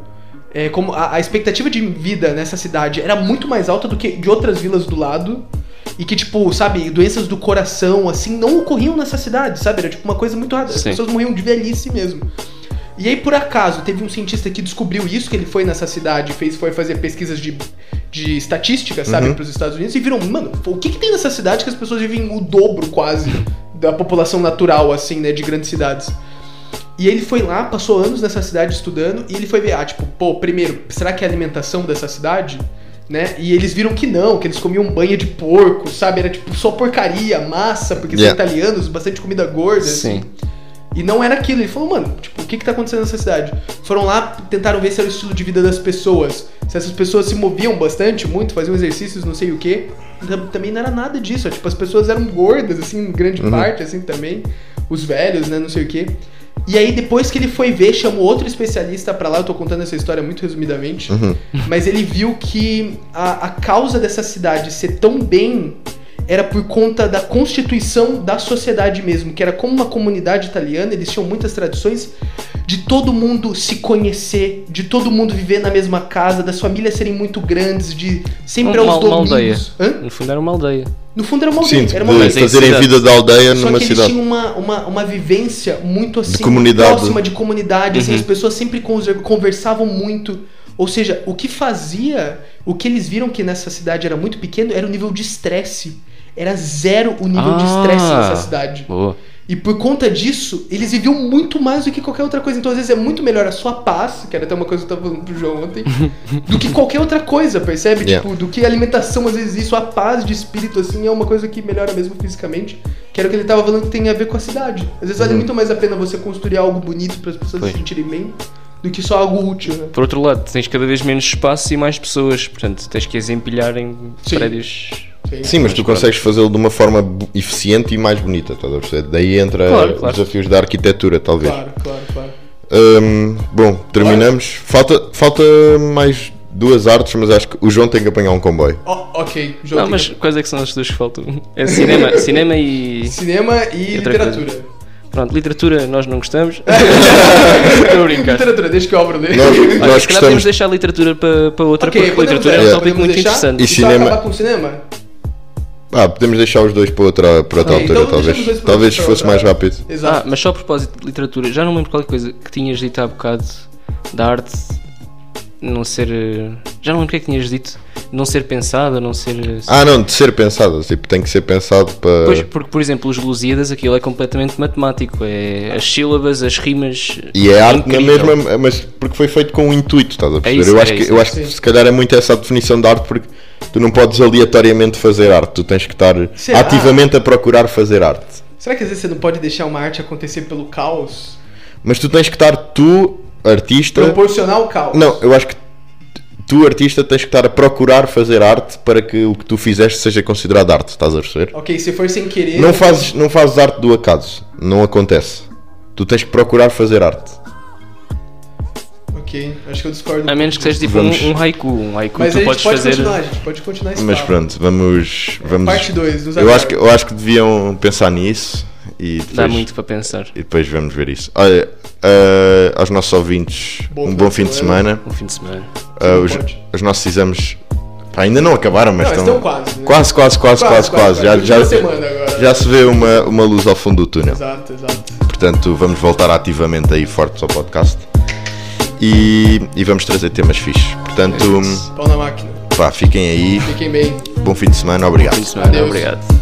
S3: é, como a, a expectativa de vida nessa cidade era muito mais alta do que de outras vilas do lado e que tipo sabe doenças do coração assim não ocorriam nessa cidade sabe era tipo uma coisa muito rara as
S2: Sim.
S3: pessoas morriam de velhice mesmo e aí, por acaso, teve um cientista que descobriu isso, que ele foi nessa cidade, fez, foi fazer pesquisas de, de estatística, sabe, pros Estados Unidos, e viram, mano, o que, que tem nessa cidade que as pessoas vivem o dobro quase da população natural, assim, né, de grandes cidades. E ele foi lá, passou anos nessa cidade estudando, e ele foi ver, ah, tipo, pô, primeiro, será que é a alimentação dessa cidade? Né? E eles viram que não, que eles comiam banha de porco, sabe? Era tipo só porcaria, massa, porque
S1: Yeah.
S3: são italianos, bastante comida gorda. assim.
S2: Sim.
S3: E não era aquilo. Ele falou, mano, tipo, o que que tá acontecendo nessa cidade? Foram lá, tentaram ver se era o estilo de vida das pessoas. Se essas pessoas se moviam bastante, muito, faziam exercícios, não sei o quê. Tam- Também não era nada disso. ó, Tipo, as pessoas eram gordas, assim, em grande parte, assim, também. Os velhos, né, não sei o quê. E aí, depois que ele foi ver, chamou outro especialista pra lá. Eu tô contando essa história muito resumidamente. Mas ele viu que a, a causa dessa cidade ser tão bem era por conta da constituição da sociedade mesmo, que era como uma comunidade italiana, eles tinham muitas tradições de todo mundo se conhecer, de todo mundo viver na mesma casa, das famílias serem muito grandes, de sempre
S2: Uma-
S3: aos
S2: uma aldeia.
S3: domingos. Hã?
S2: No fundo era uma aldeia.
S3: No fundo era uma
S1: Sim,
S3: aldeia,
S1: de
S3: era uma aldeia.
S2: Mas em
S1: fazerem
S2: cidade.
S1: vida da aldeia
S3: Só
S1: numa
S3: que eles
S1: cidade.
S3: tinham uma, uma, uma vivência muito assim,
S1: comunidade. Uhum.
S3: próxima de comunidade, assim, as pessoas sempre conser- conversavam muito. Ou seja, o que fazia, o que eles viram que nessa cidade era muito pequeno era o nível de estresse. Era zero o nível de
S2: Ah.
S3: estresse nessa cidade.
S2: Boa.
S3: E por conta disso, eles viviam muito mais do que qualquer outra coisa. Então, às vezes, é muito melhor a sua paz, que era até uma coisa que eu tava falando pro João ontem, do que qualquer outra coisa, percebe?
S1: Yeah.
S3: Tipo, do que alimentação, às vezes, isso, a paz de espírito, assim, é uma coisa que melhora mesmo fisicamente. Que era o que ele tava falando que tem a ver com a cidade. Às vezes, vale muito mais a pena você construir algo bonito para as pessoas
S2: Foi.
S3: se sentirem bem do que só algo útil, né?
S2: Por outro lado, tens cada vez menos espaço e mais pessoas, portanto tens que as empilhar em
S3: Sim.
S2: prédios
S3: Sim.
S1: Sim, mas tu
S2: pronto.
S1: consegues fazê-lo de uma forma bu- eficiente e mais bonita, estás a perceber? Daí entra
S2: Claro,
S1: os
S2: claro.
S1: desafios da arquitetura, talvez.
S3: Claro, claro, claro.
S1: Hum, bom, terminamos. Falta, falta mais duas artes, mas acho que o João tem que apanhar um comboio.
S3: Ó, ok, jogo.
S2: Não, mas quais é que são as duas que faltam? É cinema, cinema e. é
S3: Cinema e
S2: Outra
S3: literatura.
S2: Pronto, literatura nós não gostamos. Estou a brincar.
S3: Literatura, deixa que eu abro dele.
S1: Nós,
S2: Olha,
S1: nós
S2: se calhar podemos
S1: gostamos.
S2: deixar a literatura para, para outra,
S3: Ok,
S2: porque
S3: podemos
S2: literatura é
S1: deixar,
S2: um tópico muito
S3: podemos deixar.
S2: interessante.
S1: E
S3: Só
S1: cinema-
S3: acabar com o cinema?
S1: Ah, podemos deixar os dois para outra, para outra
S3: Ok,
S1: altura,
S3: então deixamos dois
S1: tá, talvez.
S3: para
S1: Talvez
S3: outra
S1: fosse mais
S3: altura.
S1: rápido.
S2: Ah,
S3: Exato.
S2: mas só a propósito de literatura, já não lembro qual é a coisa que tinhas dito há bocado da arte não ser. eh, Já não lembro o que é que tinhas dito, não ser pensada, não ser. eh,
S1: Ah, eh. não, de ser pensado. Tipo, tem que ser pensado para.
S2: Pois, porque, por exemplo, os Lusíadas, aquilo é completamente matemático. É as sílabas, as rimas.
S1: E é
S3: Um
S1: arte na
S2: incrível.
S1: mesma, mas porque foi feito com um intuito, estás a perceber?
S2: isso,
S1: eu,
S2: é
S1: acho que,
S2: isso,
S1: eu
S2: é
S1: acho que
S3: então. isso.
S1: se calhar é muito essa a definição de arte, porque tu não podes aleatoriamente fazer arte, tu tens que estar
S3: Será?
S1: ativamente a procurar fazer arte.
S3: Será que às vezes você não pode deixar uma arte acontecer pelo caos?
S1: Mas tu tens que estar, tu, artista.
S3: Proporcionar o caos.
S1: Então- Não, eu acho que tu, artista, tens que estar a procurar fazer arte para que o que tu fizeste seja considerado arte, estás a perceber?
S3: Ok, se for sem querer.
S1: Não fazes, não fazes arte do acaso, não acontece. Tu tens que procurar fazer arte.
S3: Ok, acho que eu discordo.
S2: A menos que seja tipo
S1: Vamos.
S2: um, um haiku. Um haiku
S3: Mas a
S2: tu
S3: gente
S2: podes
S3: pode
S2: fazer.
S3: continuar, a gente pode continuar esse
S1: Mas
S3: papo.
S1: pronto, vamos. vamos
S3: Parte 2, nos
S1: Eu acho, que, eu acho que deviam pensar nisso e depois,
S2: Dá muito para pensar.
S1: e depois vamos ver isso. Olha, ah, aos nossos ouvintes,
S3: Bom
S1: um bom fim de semana.
S2: Um fim de semana.
S1: Ah, os,
S3: Pode.
S1: os nossos exames pá, ainda não acabaram, mas
S3: Não,
S1: estão,
S3: estão quase, né?
S1: quase, quase, quase, quase, quase. Já,
S3: Última
S1: já,
S3: semana agora.
S1: já se vê uma, uma luz ao fundo do túnel.
S3: Exato, exato.
S1: Portanto, vamos voltar ativamente aí fortes ao podcast e, e vamos trazer temas fixos. Portanto,
S2: É isso.
S3: Pau na máquina.
S1: pá, fiquem aí.
S3: Fiquem bem.
S1: Bom fim de semana,
S2: Um
S1: obrigado.
S2: fim de semana.
S3: Adeus.
S2: Obrigado.